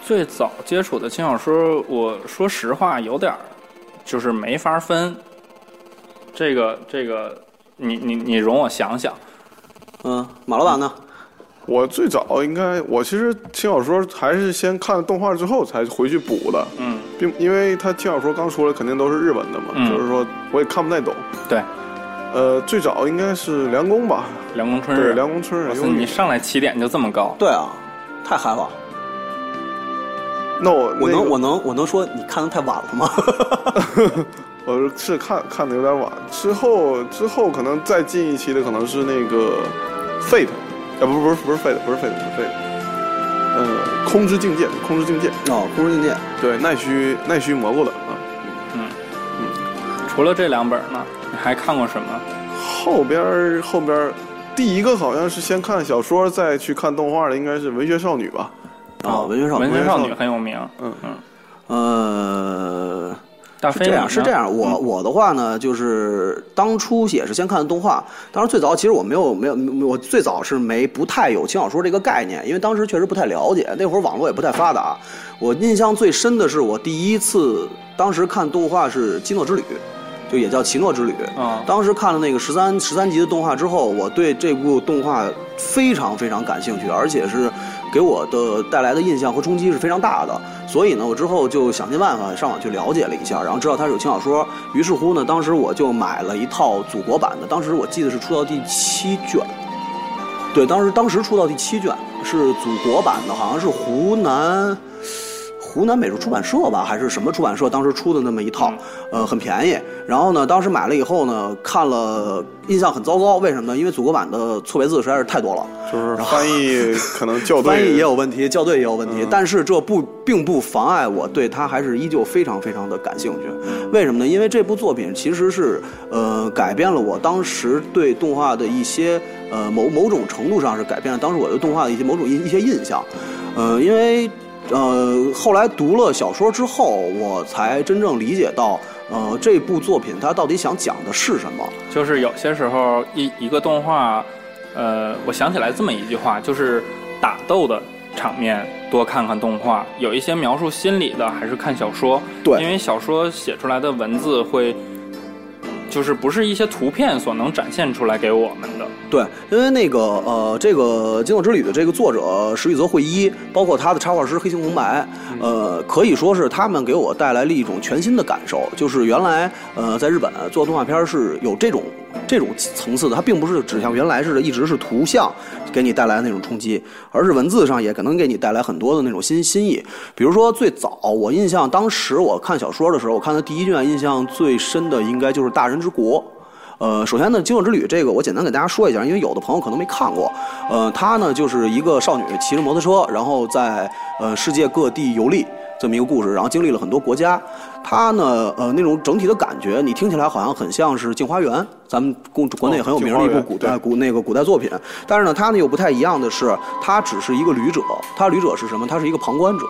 Speaker 3: 最早接触的轻小说，我说实话有点儿，就是没法分。这个这个，你你你容我想想，
Speaker 6: 嗯，马老板呢？
Speaker 7: 我最早应该，我其实轻小说还是先看动画之后才回去补的，
Speaker 3: 嗯，
Speaker 7: 并因为它轻小说刚出来肯定都是日文的嘛，
Speaker 3: 嗯
Speaker 7: 就是说我也看不太懂。
Speaker 3: 对，
Speaker 7: 呃，最早应该是梁公吧，
Speaker 3: 凉宫春
Speaker 7: 对，
Speaker 3: 日，
Speaker 7: 梁公春
Speaker 3: 哇
Speaker 7: 日
Speaker 3: 塞
Speaker 7: 有
Speaker 3: 你
Speaker 7: 女。
Speaker 3: 上来起点就这么高，
Speaker 6: 对啊，太嗨了！
Speaker 7: 那我
Speaker 6: 我
Speaker 7: 那
Speaker 6: 能
Speaker 7: 个
Speaker 6: 我能我能说你看的太晚了吗？
Speaker 7: 我是看看的有点晚，之后之后可能再近一期的可能是那个 Fate，啊不不是不是 Fate 不是 Fate 不是 Fate，呃空之境界空之境界，
Speaker 6: <laughs> 哦，《孤身境界》
Speaker 7: 对奈须奈须蘑菇的啊，
Speaker 3: 除了这两本呢，你还看过什么？
Speaker 7: 后边儿后边儿第一个好像是先看小说再去看动画的应该是文学少女吧，
Speaker 6: 啊，文学少
Speaker 3: 文
Speaker 6: 女。
Speaker 3: 学少
Speaker 7: 文学少
Speaker 3: 女
Speaker 7: 女
Speaker 3: 很有名，
Speaker 7: 嗯
Speaker 3: 嗯，
Speaker 6: 呃，
Speaker 3: 大
Speaker 6: 是
Speaker 3: 飞
Speaker 6: 这
Speaker 3: 呢
Speaker 6: 样是这，样，我我的话呢，就是当初也是先看的动画，当时最早其实我没有没有没有我最早是没不太有轻小说这个概念，因为当时确实不太了解，那会儿网络也不太发达。我印象最深的是我第一次当时看动画是《基诺之旅》，就也叫《奇诺之旅》
Speaker 3: 啊
Speaker 6: 当时看了那个十三十三集的动画之后，我对这部动画非常非常感兴趣，而且是给我的带来的印象和冲击是非常大的。所以呢，我之后就想尽办法上网去了解了一下，然后知道它是有轻小说。于是乎呢，当时我就买了一套祖国版的，当时我记得是出到第七卷。对，当时当时出到第七卷是祖国版的，好像是湖南湖南美术出版社吧，还是什么出版社当时出的那么一套，呃，很便宜。然后呢，当时买了以后呢，看了印象很糟糕，为什么呢？因为祖国版的错别字实在是太多了。
Speaker 7: 就是翻译可能校对
Speaker 6: 翻译也有问题，校对也有问题，但是这不并不妨碍我对它还是依旧非常非常的感兴趣。为什么呢？因为这部作品其实是呃改变了我当时对动画的一些呃某某种程度上是改变了当时我对动画的一些某种一一些印象，呃，因为。呃，后来读了小说之后，我才真正理解到，呃，这部作品它到底想讲的是什么。
Speaker 3: 就是有些时候一一个动画，呃，我想起来这么一句话，就是打斗的场面多看看动画，有一些描述心理的还是看小说，
Speaker 6: 对
Speaker 3: 因为小说写出来的文字会，就是不是一些图片所能展现出来给我们的。
Speaker 6: 对，因为那个呃，这个《惊悚之旅》的这个作者石宇泽惠一，包括他的插画师黑熊红白，呃，可以说是他们给我带来了一种全新的感受。就是原来呃，在日本做动画片是有这种这种层次的，它并不是只像原来似的一直是图像给你带来的那种冲击，而是文字上也可能给你带来很多的那种新新意。比如说最早我印象，当时我看小说的时候，我看的第一卷印象最深的应该就是《大人之国》。呃，首先呢，《惊悚之旅》这个我简单给大家说一下，因为有的朋友可能没看过。呃，她呢就是一个少女骑着摩托车，然后在呃世界各地游历这么一个故事，然后经历了很多国家。她呢，呃，那种整体的感觉，你听起来好像很像是《镜花缘》，咱们国国内很有名的一部
Speaker 7: 哦镜花缘
Speaker 6: 古
Speaker 7: 对
Speaker 6: 代古那个古代作品。但是呢，她呢又不太一样的是，她只是一个旅者，她旅者是什么？她是一个旁观者。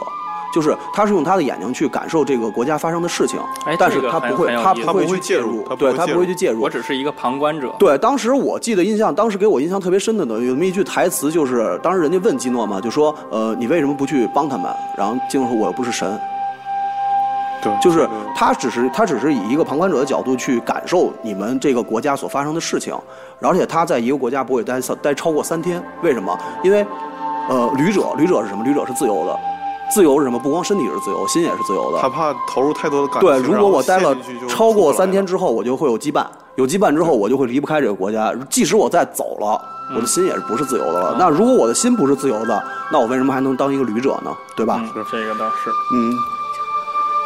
Speaker 6: 就是她是用她的眼睛去感受这个国家发生的事情，
Speaker 3: 哎
Speaker 6: 但是
Speaker 3: 这个
Speaker 6: 她
Speaker 3: 很
Speaker 6: 不会
Speaker 3: 很，有
Speaker 6: 她
Speaker 3: 意思
Speaker 7: 她不
Speaker 6: 会
Speaker 7: 会
Speaker 6: 去
Speaker 7: 介入她不
Speaker 6: 对
Speaker 7: 会
Speaker 6: 她
Speaker 7: 介
Speaker 6: 不会
Speaker 7: 入
Speaker 6: 去介入
Speaker 3: 我。只是一个旁观者。
Speaker 6: 对，当时我记得印象，当时给我印象特别深的呢，有那么一句台词，就是当时人家问基诺嘛，就说呃，你为什么不去帮他们？然后基诺说，我又不是神，
Speaker 7: 对，
Speaker 6: 就是他只是他只是以一个旁观者的角度去感受你们这个国家所发生的事情，而且他在一个国家不会待待超过三天，为什么？因为呃，旅者旅者是什么？旅者是自由的，自由是什么？不光身体是自由，心也是自由的
Speaker 7: 他。怕投入太多的感情。
Speaker 6: 对，如果我待
Speaker 7: 然后
Speaker 6: 了
Speaker 7: 陷进去就
Speaker 6: 超过
Speaker 7: 出不来嗯
Speaker 6: 三天之后，我就会有羁绊，有羁绊之后，我就会离不开这个国家。即使我再走了，我的心也是不是自由的
Speaker 7: 嗯
Speaker 6: 了。那如果我的心不是自由的，那我为什么还能当一个旅者呢？对吧？
Speaker 3: 嗯，这个倒是。
Speaker 6: 啊嗯，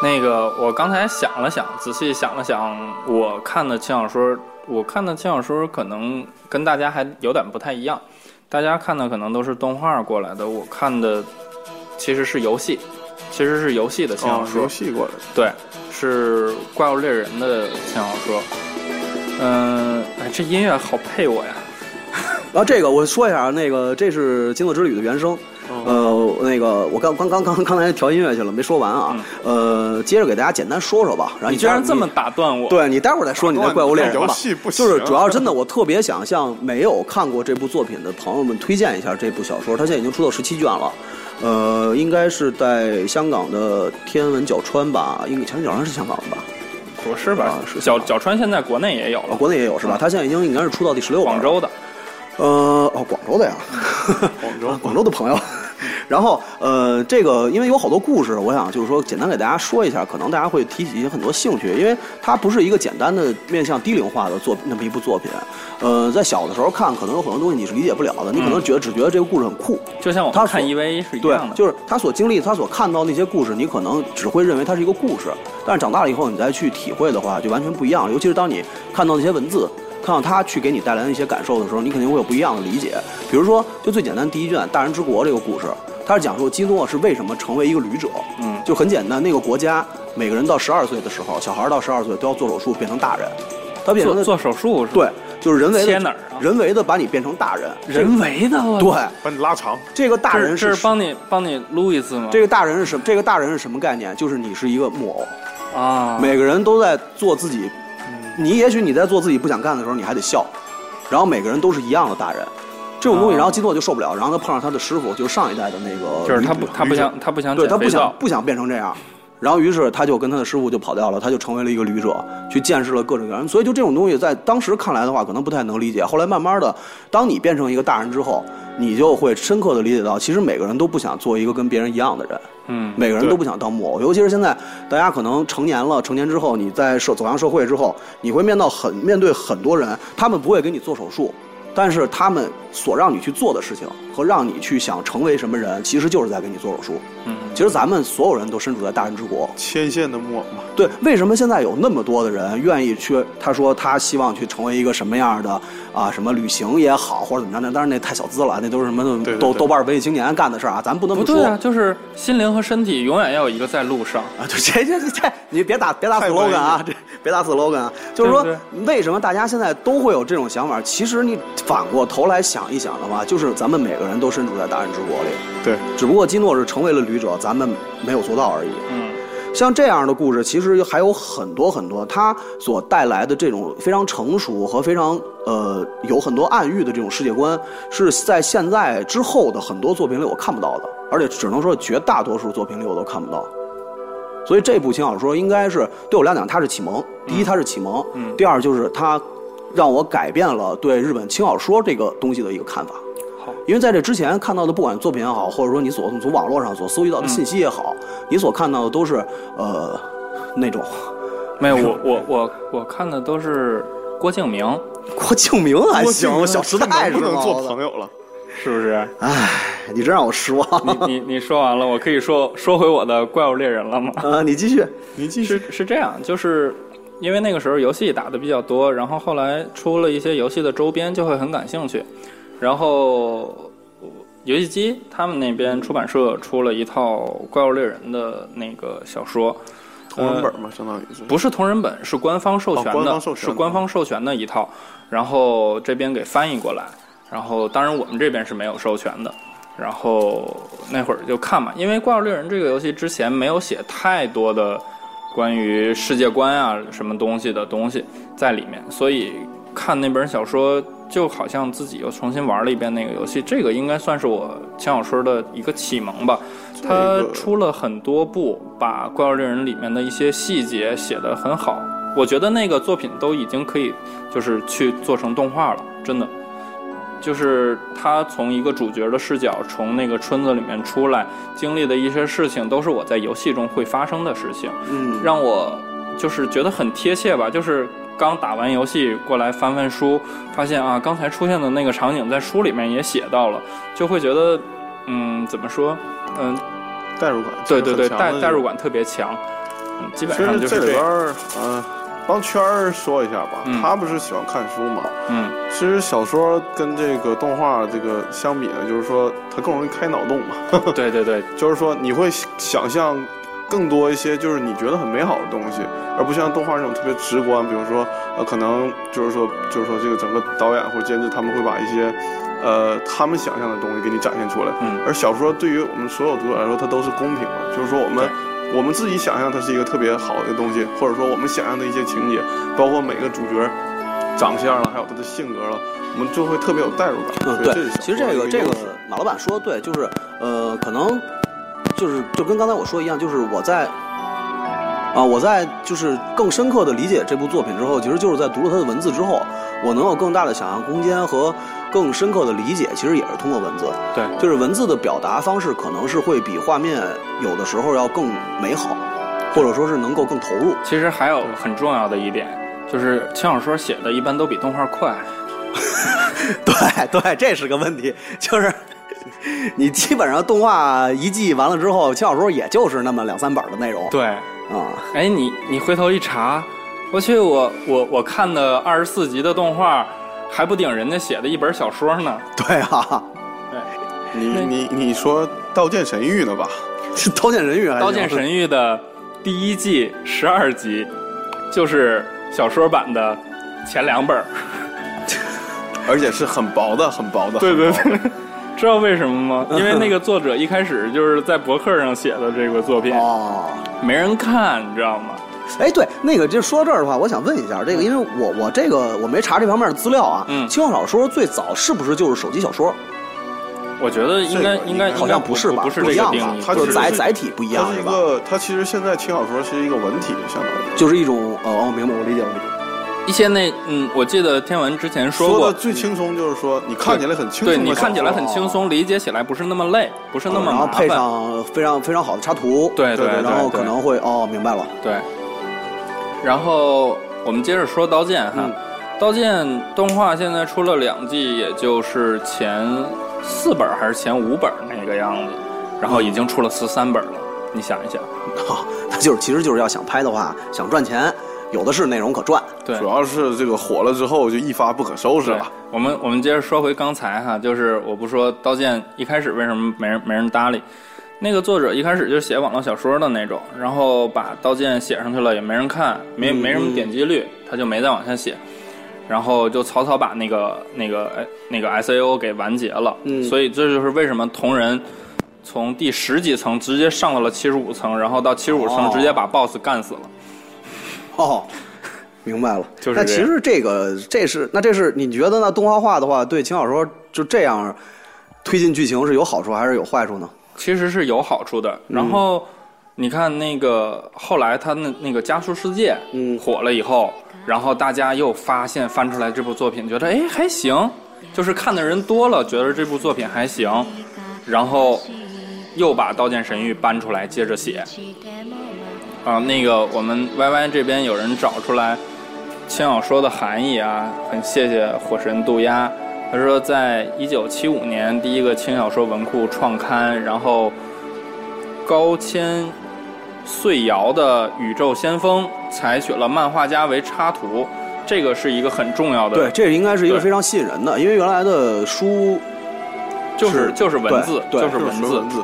Speaker 3: 那个，我刚才想了想，仔细想了想，我看的轻小说，我看的轻小说可能跟大家还有点不太一样。大家看的可能都是动画过来的，我看的其实是游戏，其实是游戏的轻小
Speaker 7: 哦，
Speaker 3: 说。
Speaker 7: 游戏过来的。
Speaker 3: 对，是《怪物猎人》的轻小说。嗯、哎，这音乐好配我呀！
Speaker 6: 然后这个我说一下啊，那个这是《金色之旅》的原声。
Speaker 7: 嗯
Speaker 6: 呃，那个我刚刚刚刚刚才调音乐去了，没说完啊。
Speaker 7: 嗯
Speaker 6: 呃，接着给大家简单说说吧。然
Speaker 3: 你
Speaker 6: 后啊你
Speaker 3: 居然
Speaker 6: 待
Speaker 3: 这么打断我。
Speaker 6: <laughs> 对你待会儿再说你的怪物猎人吧
Speaker 7: 游戏。不行啊
Speaker 6: 就是
Speaker 7: <laughs>
Speaker 6: 主要真的，我特别想向没有看过这部作品的朋友们推荐一下这部小说，它现在已经出到十七卷了。呃，应该是在香港的天文角川吧，应该前文角川是香港的吧？
Speaker 3: 不是吧
Speaker 6: 啊？是
Speaker 3: 角角川现在国内也有
Speaker 6: 啊，
Speaker 3: 了，
Speaker 6: 国内也有
Speaker 7: 嗯
Speaker 6: 是吧？它现在已经应该是出到第十六本了。
Speaker 3: 广州的。
Speaker 6: 呃，哦，广州的呀， <laughs> 广州广州的朋友。 <laughs> 然后，呃，这个因为有好多故事，我想就是说简单给大家说一下，可能大家会提起很多兴趣，因为它不是一个简单的面向低龄化的作品那么一部作品。呃，在小的时候看，可能有很多东西你是理解不了的，你可能觉得只觉得这个故事很酷，
Speaker 3: 就像我
Speaker 6: 他
Speaker 3: 们看
Speaker 6: 所
Speaker 3: EVA 是一
Speaker 6: 对
Speaker 3: 样的，，
Speaker 6: 就是他所经历、他所看到那些故事，你可能只会认为它是一个故事，但是长大了以后，你再去体会的话，就完全不一样了。尤其是当你看到那些文字，看到它去给你带来的一些感受的时候，你肯定会有不一样的理解。比如说，就最简单第一卷《大人之国》这个故事，它是讲述基诺是为什么成为一个旅者。
Speaker 3: 嗯
Speaker 6: 就很简单，那个国家每个人到十二岁的时候，小孩到十二岁都要做手术变成大人，他变成
Speaker 3: 做
Speaker 6: 了
Speaker 3: 做手术是吧？
Speaker 6: 对，就是人为的
Speaker 3: 切哪儿啊
Speaker 6: 人为的把你变成大人，
Speaker 3: 人为的，我
Speaker 6: 对
Speaker 7: 把你拉长，
Speaker 6: 这个大
Speaker 3: 这是
Speaker 6: 人
Speaker 3: 这是帮你帮你撸一次吗？
Speaker 6: 这个大人是什么？这个大人是什么概念？就是你是一个木偶，
Speaker 3: 啊，
Speaker 6: 每个人都在做自己。你也许你在做自己不想干的时候，你还得笑，然后每个人都是一样的大人。这种东西，
Speaker 3: 啊
Speaker 6: 然后基诺就受不了，然后他碰上他的师傅，就是上一代的那个，
Speaker 3: 就是他不他不想他不想
Speaker 6: 对
Speaker 3: 减
Speaker 6: 他
Speaker 3: 肥
Speaker 6: 不想
Speaker 3: 皂
Speaker 6: 不想变成这样，然后于是他就跟他的师傅就跑掉了，他就成为了一个旅者，去见识了各种各样。所以就这种东西，在当时看来的话，可能不太能理解。后来慢慢的，当你变成一个大人之后，你就会深刻的理解到，其实每个人都不想做一个跟别人一样的人。
Speaker 3: 嗯
Speaker 6: 每个人都不想当木偶，尤其是现在大家可能成年了，成年之后你在社走向社会之后，你会面到很面对很多人，他们不会给你做手术，但是他们所让你去做的事情和让你去想成为什么人，其实就是在给你做手术。
Speaker 3: 嗯，
Speaker 6: 其实咱们所有人都身处在大人之国，
Speaker 7: 牵线的木偶嘛，
Speaker 6: 对，为什么现在有那么多的人愿意去？他说他希望去成为一个什么样的啊？什么旅行也好，或者怎么样的？当然那太小资了，那都是什么
Speaker 7: 对对
Speaker 6: 豆
Speaker 7: 对
Speaker 6: 豆瓣文艺青年干的事儿啊，咱不能
Speaker 3: 不
Speaker 6: 说
Speaker 3: 对啊，就是心灵和身体永远要有一个在路上。
Speaker 6: 啊，就这这这这，你别打别打
Speaker 7: 太文艺
Speaker 6: slogan 啊，这别打 slogan 啊，就是说
Speaker 3: 对
Speaker 6: 为什么大家现在都会有这种想法？其实你反过头来想一想的话，就是咱们每个人都身处在大人之国里，
Speaker 7: 对，
Speaker 6: 只不过基诺是成为了旅者，咱们没有做到而已。
Speaker 3: 嗯，
Speaker 6: 像这样的故事，其实还有很多很多，它所带来的这种非常成熟和非常呃有很多暗喻的这种世界观，是在现在之后的很多作品里我看不到的，而且只能说绝大多数作品里我都看不到。所以这部轻小说应该是对我来讲，它是启蒙。第一，它是启蒙；第二，就是它让我改变了对日本轻小说这个东西的一个看法。因为在这之前看到的，不管作品也好，或者说你所从网络上所搜集到的信息也好，
Speaker 7: 嗯
Speaker 6: 你所看到的都是呃那种 <laughs>
Speaker 3: 没有，我我我我看的都是郭敬明，
Speaker 6: 郭敬明还哎行，
Speaker 7: 郭敬
Speaker 6: 《
Speaker 7: 明
Speaker 6: 小时代》
Speaker 7: 看
Speaker 6: 是
Speaker 7: 能不能
Speaker 6: 吗
Speaker 7: 做朋？友了？
Speaker 3: 是不是？
Speaker 6: 哎，你真让我失望。
Speaker 3: 你你你说完了，我可以说说回我的怪物猎人了吗？
Speaker 6: 呃，你继续。
Speaker 7: 你继续
Speaker 3: 是是这样，就是因为那个时候游戏打的比较多，然后后来出了一些游戏的周边，就会很感兴趣。然后呃游戏机他们那边出版社出了一套《怪物猎人》的那个小说，
Speaker 7: 同人本
Speaker 6: 嗯
Speaker 7: 嘛，相当于是。
Speaker 3: 不是同人本，是官方授权的，
Speaker 7: 哦官方授权
Speaker 3: 是
Speaker 7: 的
Speaker 3: 官方授权的一套，然后这边给翻译过来，然后当然我们这边是没有授权的。然后那会儿就看嘛，因为《怪物猎人》这个游戏之前没有写太多的关于世界观啊什么东西的东西在里面，所以看那本小说就好像自己又重新玩了一遍那个游戏。这个应该算是我轻小说的一个启蒙吧。它
Speaker 7: 个
Speaker 3: 出了很多部，把《怪物猎人》里面的一些细节写得很好。我觉得那个作品都已经可以，就是去做成动画了，真的。就是他从一个主角的视角从那个村子里面出来，经历的一些事情都是我在游戏中会发生的事情，
Speaker 6: 嗯，
Speaker 3: 让我就是觉得很贴切吧。就是刚打完游戏过来翻翻书，发现啊刚才出现的那个场景在书里面也写到了，就会觉得嗯怎么说嗯
Speaker 7: 代入感，
Speaker 3: 对对对
Speaker 7: 其实很强
Speaker 3: 代
Speaker 7: 的这
Speaker 3: 代入
Speaker 7: 种。
Speaker 3: 感特别强，嗯基本
Speaker 7: 其
Speaker 3: 上就
Speaker 7: 实
Speaker 3: 是
Speaker 7: 这
Speaker 3: 这
Speaker 7: 里边
Speaker 3: 样。
Speaker 7: 儿，嗯，帮圈儿说一下吧
Speaker 3: 嗯，
Speaker 7: 他不是喜欢看书嘛？
Speaker 3: 嗯
Speaker 7: 其实小说跟这个动画这个相比呢，就是说它更容易开脑洞嘛，
Speaker 3: 对对对
Speaker 7: 就是说你会想象更多一些就是你觉得很美好的东西，而不像动画那种特别直观。比如说，呃，可能就是说，就是说这个整个导演或者监制他们会把一些，呃，他们想象的东西给你展现出来。
Speaker 3: 嗯
Speaker 7: 而小说对于我们所有读者来说，它都是公平的，就是说我们。我们自己想象它是一个特别好的东西，或者说我们想象的一些情节，包括每个主角长相了，还有他的性格了，我们就会特别有代入感。
Speaker 6: 嗯，
Speaker 7: 所以
Speaker 6: 对
Speaker 7: 这是，小
Speaker 6: 其实
Speaker 7: 说
Speaker 6: 这
Speaker 7: 的
Speaker 6: 个
Speaker 7: 一
Speaker 6: 这
Speaker 7: 优
Speaker 6: 个
Speaker 7: 势
Speaker 6: 马老板说的对，就是呃，可能就是就跟刚才我说一样，就是我在啊，我在就是更深刻的理解这部作品之后，其实就是在读了它的文字之后，我能有更大的想象空间和更深刻的理解，其实也是通过文字。
Speaker 3: 对，
Speaker 6: 就是文字的表达方式可能是会比画面有的时候要更美好，或者说是能够更投入。
Speaker 3: 其实还有很重要的一点，就是轻小说写的一般都比动画快。
Speaker 6: <laughs> 对对，这是个问题，就是 <laughs> 你基本上动画一季完了之后，轻小说也就是那么两三本的内容。
Speaker 3: 对，
Speaker 6: 啊，
Speaker 3: 哎，你你回头一查，我去，我我我看的二十四集的动画，还不顶人家写的一本小说呢。
Speaker 6: 对啊，
Speaker 7: 你你你说《刀剑神域》呢吧？
Speaker 6: 是刀剑神域还
Speaker 3: 《
Speaker 6: 是
Speaker 3: 刀剑神域》的第一季十二集，就是小说版的前两本儿。
Speaker 7: 而且是很薄的，很薄的。
Speaker 3: 对对对， <laughs> 知道为什么吗？因为那个作者一开始就是在博客上写的这个作品，
Speaker 6: 哦。
Speaker 3: 没人看，你知道吗？
Speaker 6: 哎，对，那个就说到这儿的话，我想问一下，这个因为我我这个我没查这方面的资料啊，
Speaker 3: 嗯
Speaker 6: 轻小说最早是不是就是手机小说？
Speaker 3: 我觉得应该
Speaker 7: 这个
Speaker 3: 应该
Speaker 6: 好像
Speaker 3: 不
Speaker 6: 是吧？
Speaker 3: 嗯不
Speaker 6: 是
Speaker 3: 是这个
Speaker 6: 一样
Speaker 3: 定
Speaker 6: 吧
Speaker 3: 义，？
Speaker 7: 它
Speaker 6: 就是
Speaker 7: 只是
Speaker 6: 载载体不一样
Speaker 7: 它是
Speaker 6: 是
Speaker 7: 一
Speaker 6: 吧？
Speaker 7: 个，它其实现在轻小说是一个文体，相当于。
Speaker 6: 就是一种呃，哦，明白，我理解，我理解。
Speaker 3: 一些那嗯，我记得天文之前说
Speaker 7: 说
Speaker 3: 过
Speaker 7: 的，最轻松就是说，你看起来很轻松的
Speaker 3: 对
Speaker 7: 小说，
Speaker 3: 你看起来很轻松，理解起来不是那么累，不是那么
Speaker 6: 哦然
Speaker 3: 麻
Speaker 6: 后
Speaker 3: 烦。
Speaker 6: 配上非常非常好的插图，
Speaker 3: 对对对
Speaker 6: 然后
Speaker 3: 对
Speaker 6: 可能会哦，明白了，
Speaker 3: 对，然后我们接着说刀剑哈，刀剑动画现在出了两季，也就是前四本还是前五本那个样子，然后已经出了十三本了。你想一想，
Speaker 6: 好， <laughs> 他就是其实就是要想拍的话，想赚钱，有的是内容可赚。
Speaker 3: 对
Speaker 7: 主，要是这个火了之后就一发不可收拾
Speaker 3: 对
Speaker 7: 了。，
Speaker 3: 我们我们接着说回刚才哈，就是我不说《刀剑》一开始为什么没人没人搭理，那个作者一开始就写网络小说的那种，然后把《刀剑》写上去了，也没人看，没没什么点击率，他就没再往下写，然后就草草把那个那个哎那个 S A O 给完结了，
Speaker 6: 嗯
Speaker 3: 所以这就是为什么同人。从第十几层直接上到了七十五层，然后到七十五层
Speaker 6: 哦
Speaker 3: 直接把 BOSS 干死了。
Speaker 6: 哦，明白了。
Speaker 3: 就是
Speaker 6: 那
Speaker 3: 这
Speaker 6: 其
Speaker 3: 样
Speaker 6: 实这个这是那这是你觉得那动画化的话，对轻小说就这样推进剧情是有好处还是有坏处呢？
Speaker 3: 其实是有好处的。然后你看那个后来他那那个《加速世界》
Speaker 6: 嗯
Speaker 3: 火了以后，然后大家又发现翻出来这部作品，觉得哎还行，就是看的人多了，觉得这部作品还行，然后又把《刀剑神域》搬出来接着写。啊，那个我们 Y Y 这边有人找出来轻小说的含义啊，很谢谢火神渡鸦。他说，在一九七五年，第一个轻小说文库创刊，然后高谦穗瑶的《宇宙先锋》采取了漫画家为插图，这个是一个很重要的，
Speaker 6: 对，，这应该是一个
Speaker 3: 对
Speaker 6: 非常吸引人的，因为原来的书
Speaker 3: 就是
Speaker 6: 是
Speaker 3: 就是文字，
Speaker 6: 对
Speaker 3: 就
Speaker 6: 对
Speaker 3: 是文
Speaker 7: 就是
Speaker 3: 字
Speaker 7: 文，字，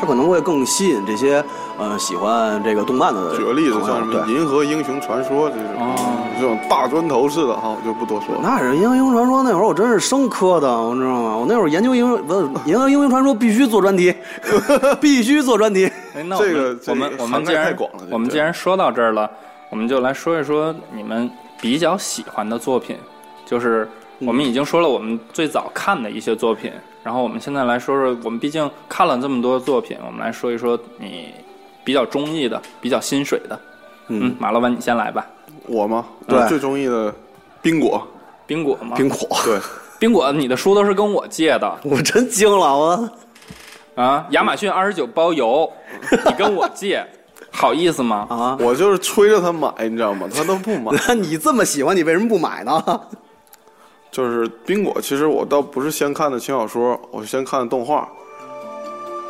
Speaker 6: 它可能会更吸引这些呃喜欢这个动漫的
Speaker 7: 举个例
Speaker 6: 朋
Speaker 7: 子，
Speaker 6: 友
Speaker 7: 像什么《
Speaker 6: 对。
Speaker 7: 银河英雄传说》这种
Speaker 3: 哦，
Speaker 7: 这种大砖头似的哈，我就不多说了。
Speaker 6: 那是《银河英雄传说》那会儿，我真是生磕的，我知道吗？我那会儿研究《英不是《银河英雄传说》，必须做专题， <laughs> 必须做专题。
Speaker 3: 哎，那我们
Speaker 7: 这个这
Speaker 3: 我
Speaker 7: 个
Speaker 3: 们我们
Speaker 7: 涵盖
Speaker 3: 既然
Speaker 7: 太广了这
Speaker 3: 我们
Speaker 7: 对
Speaker 3: 既然说到这儿了，我们就来说一说你们比较喜欢的作品，就是我
Speaker 7: 嗯
Speaker 3: 们已经说了我们最早看的一些作品，然后我们现在来说说，我们毕竟看了这么多作品，我们来说一说你比较中意的、比较心水的。嗯，马老板你先来吧，
Speaker 7: 我吗？
Speaker 6: 对
Speaker 7: 我最中意的冰果，
Speaker 3: 冰果吗？
Speaker 6: 苹果，
Speaker 7: 对，
Speaker 3: 冰果，你的书都是跟我借的
Speaker 6: <laughs> 我真惊了，我 <laughs>
Speaker 3: 啊？亚马逊二十九包邮，你跟我
Speaker 7: <laughs>
Speaker 3: 借，好意思吗？
Speaker 6: 啊！
Speaker 7: 我就是催着他买，你知道吗？他都不
Speaker 3: <laughs>
Speaker 7: 买。
Speaker 6: 那你这么喜欢，你为什么不买呢？
Speaker 7: 就是冰果，其实我倒不是先看的轻小说，我是先看的动画。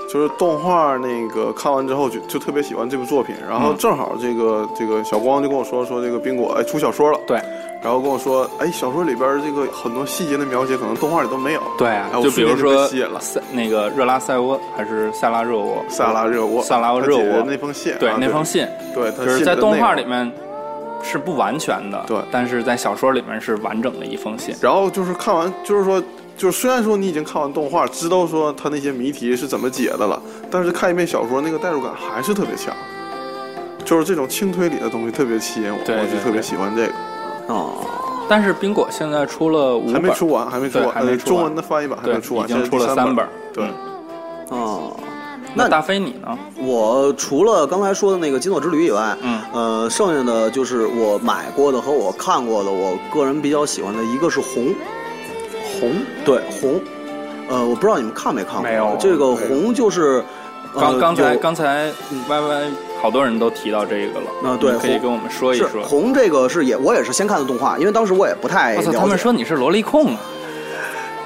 Speaker 7: 就是动画那个看完之后就就特别喜欢这部作品，然
Speaker 3: 嗯
Speaker 7: 后正好这个、这个小光就跟我说说这个冰果哎出小说了，
Speaker 3: 对
Speaker 7: 然后跟我说哎小说里边这个很多细节的描写可能动画里都没有，
Speaker 3: 对啊
Speaker 7: 哎，我
Speaker 3: 就比如
Speaker 7: 瞬间就
Speaker 3: 说
Speaker 7: 被吸引了
Speaker 3: 塞那个热拉塞窝还是塞拉热窝，
Speaker 7: 萨拉热窝，
Speaker 3: 塞拉
Speaker 7: 他
Speaker 3: 热
Speaker 7: 写的
Speaker 3: 窝
Speaker 7: 那封信啊，
Speaker 3: 对那封信，
Speaker 7: 对，他
Speaker 3: 就是
Speaker 7: 信
Speaker 3: 在
Speaker 7: 的
Speaker 3: 动
Speaker 7: 内
Speaker 3: 画
Speaker 7: 容
Speaker 3: 里面是不完全的，
Speaker 7: 对
Speaker 3: 但是在小说里面是完整的一封信，
Speaker 7: 然后就是看完，就是说，就是虽然说你已经看完动画，知道说他那些谜题是怎么解的了，但是看一遍小说，那个代入感还是特别强。就是这种轻推理的东西特别吸引我，
Speaker 3: 对对
Speaker 7: 我就特别喜欢这个。
Speaker 6: <laughs> 哦，
Speaker 3: 但是冰果现在出了五
Speaker 7: 还
Speaker 3: 本
Speaker 7: 没，出完，还没出
Speaker 3: 对
Speaker 7: 完，
Speaker 3: 还没
Speaker 7: 呃
Speaker 3: 出完
Speaker 7: 中文的翻译版还
Speaker 3: 对，
Speaker 7: 没出完，
Speaker 3: 已
Speaker 7: 现
Speaker 3: 经
Speaker 7: 在
Speaker 3: 出
Speaker 7: 第
Speaker 3: 了
Speaker 7: 三
Speaker 3: 本
Speaker 7: 本。，对， <laughs>
Speaker 3: 嗯
Speaker 6: 哦，
Speaker 3: 那
Speaker 6: 那
Speaker 3: 大飞你呢？
Speaker 6: 我除了刚才说的那个《基诺之旅》以外，
Speaker 3: 嗯
Speaker 6: 呃，剩下的就是我买过的和我看过的，我个人比较喜欢的一个是红，红，对红，呃，我不知道你们看没看过，
Speaker 3: 没有
Speaker 6: 这个红就是。呃
Speaker 3: 刚刚才
Speaker 6: 有
Speaker 3: 刚才
Speaker 7: 嗯
Speaker 3: Y Y 好多人都提到这个了，
Speaker 6: 啊对
Speaker 3: 你可以
Speaker 6: 红
Speaker 3: 跟我们说一
Speaker 6: 是
Speaker 3: 说。
Speaker 6: 红这个是也我也是先看的动画，因为当时我也不太
Speaker 3: 我
Speaker 6: 了
Speaker 3: 操，
Speaker 6: 解。
Speaker 3: 他们说你是萝莉控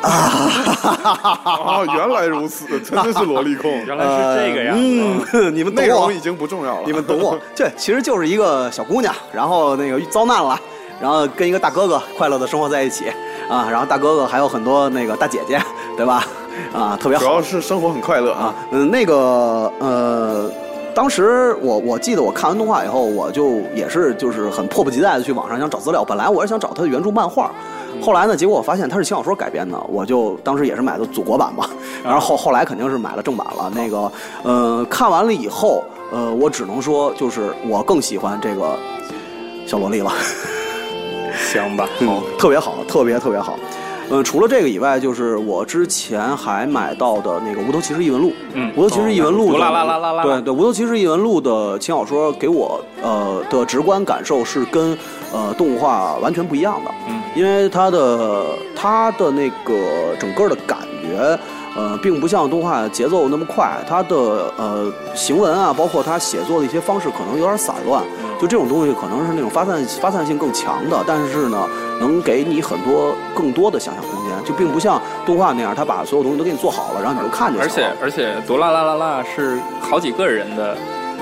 Speaker 3: 啊，
Speaker 7: 啊，原来如此，真的是萝莉
Speaker 3: <laughs>
Speaker 7: 控。
Speaker 3: 原来是这个呀。
Speaker 7: 呃
Speaker 6: 嗯， <laughs> 你们懂
Speaker 7: 内
Speaker 6: 我
Speaker 7: 容已经不重要
Speaker 3: 啊
Speaker 7: 了，
Speaker 6: 你们懂我。这其实就是一个小姑娘，然后那个遭难了，然后跟一个大哥哥快乐的生活在一起啊，然后大哥哥还有很多那个大姐姐，对吧？啊，特别
Speaker 7: 主
Speaker 6: 好
Speaker 7: 要是生活很快乐
Speaker 6: 啊
Speaker 7: 啊。。
Speaker 6: 嗯，那个呃，当时我我记得我看完动画以后，我就也是就是很迫不及待的去网上想找资料。本来我是想找它的原著漫画。后来呢？结果我发现它是轻小说改编的，我就当时也是买的祖国版嘛，然后后后来肯定是买了正版了。那个，呃，看完了以后，呃，我只能说，就是我更喜欢这个小萝莉了。
Speaker 3: 行吧，哦
Speaker 6: 嗯，特别好，特别特别好。呃，除了这个以外，就是我之前还买到的那个《无头骑士异闻录》。
Speaker 3: 嗯
Speaker 6: 无头骑士异闻录》
Speaker 3: 哦
Speaker 6: 的
Speaker 3: 啦啦啦啦啦
Speaker 6: 对对，《无头骑士异闻录》的轻小说给我呃的直观感受是跟呃动画完全不一样的。
Speaker 3: 嗯
Speaker 6: 因为它的它的那个整个的感觉，呃，并不像动画节奏
Speaker 3: 嗯
Speaker 6: 那么快，它的呃行文啊，包括它写作的一些方式可能有点散乱，就这种东西可能是那种发散发散性更强的，但是呢，能给你很多更多的想象空间，就并不像动画那样，他把所有东西都给你做好了，然后你就看就行
Speaker 3: 而且
Speaker 6: 了。
Speaker 3: 而且《哆啦啦啦啦》是好几个人的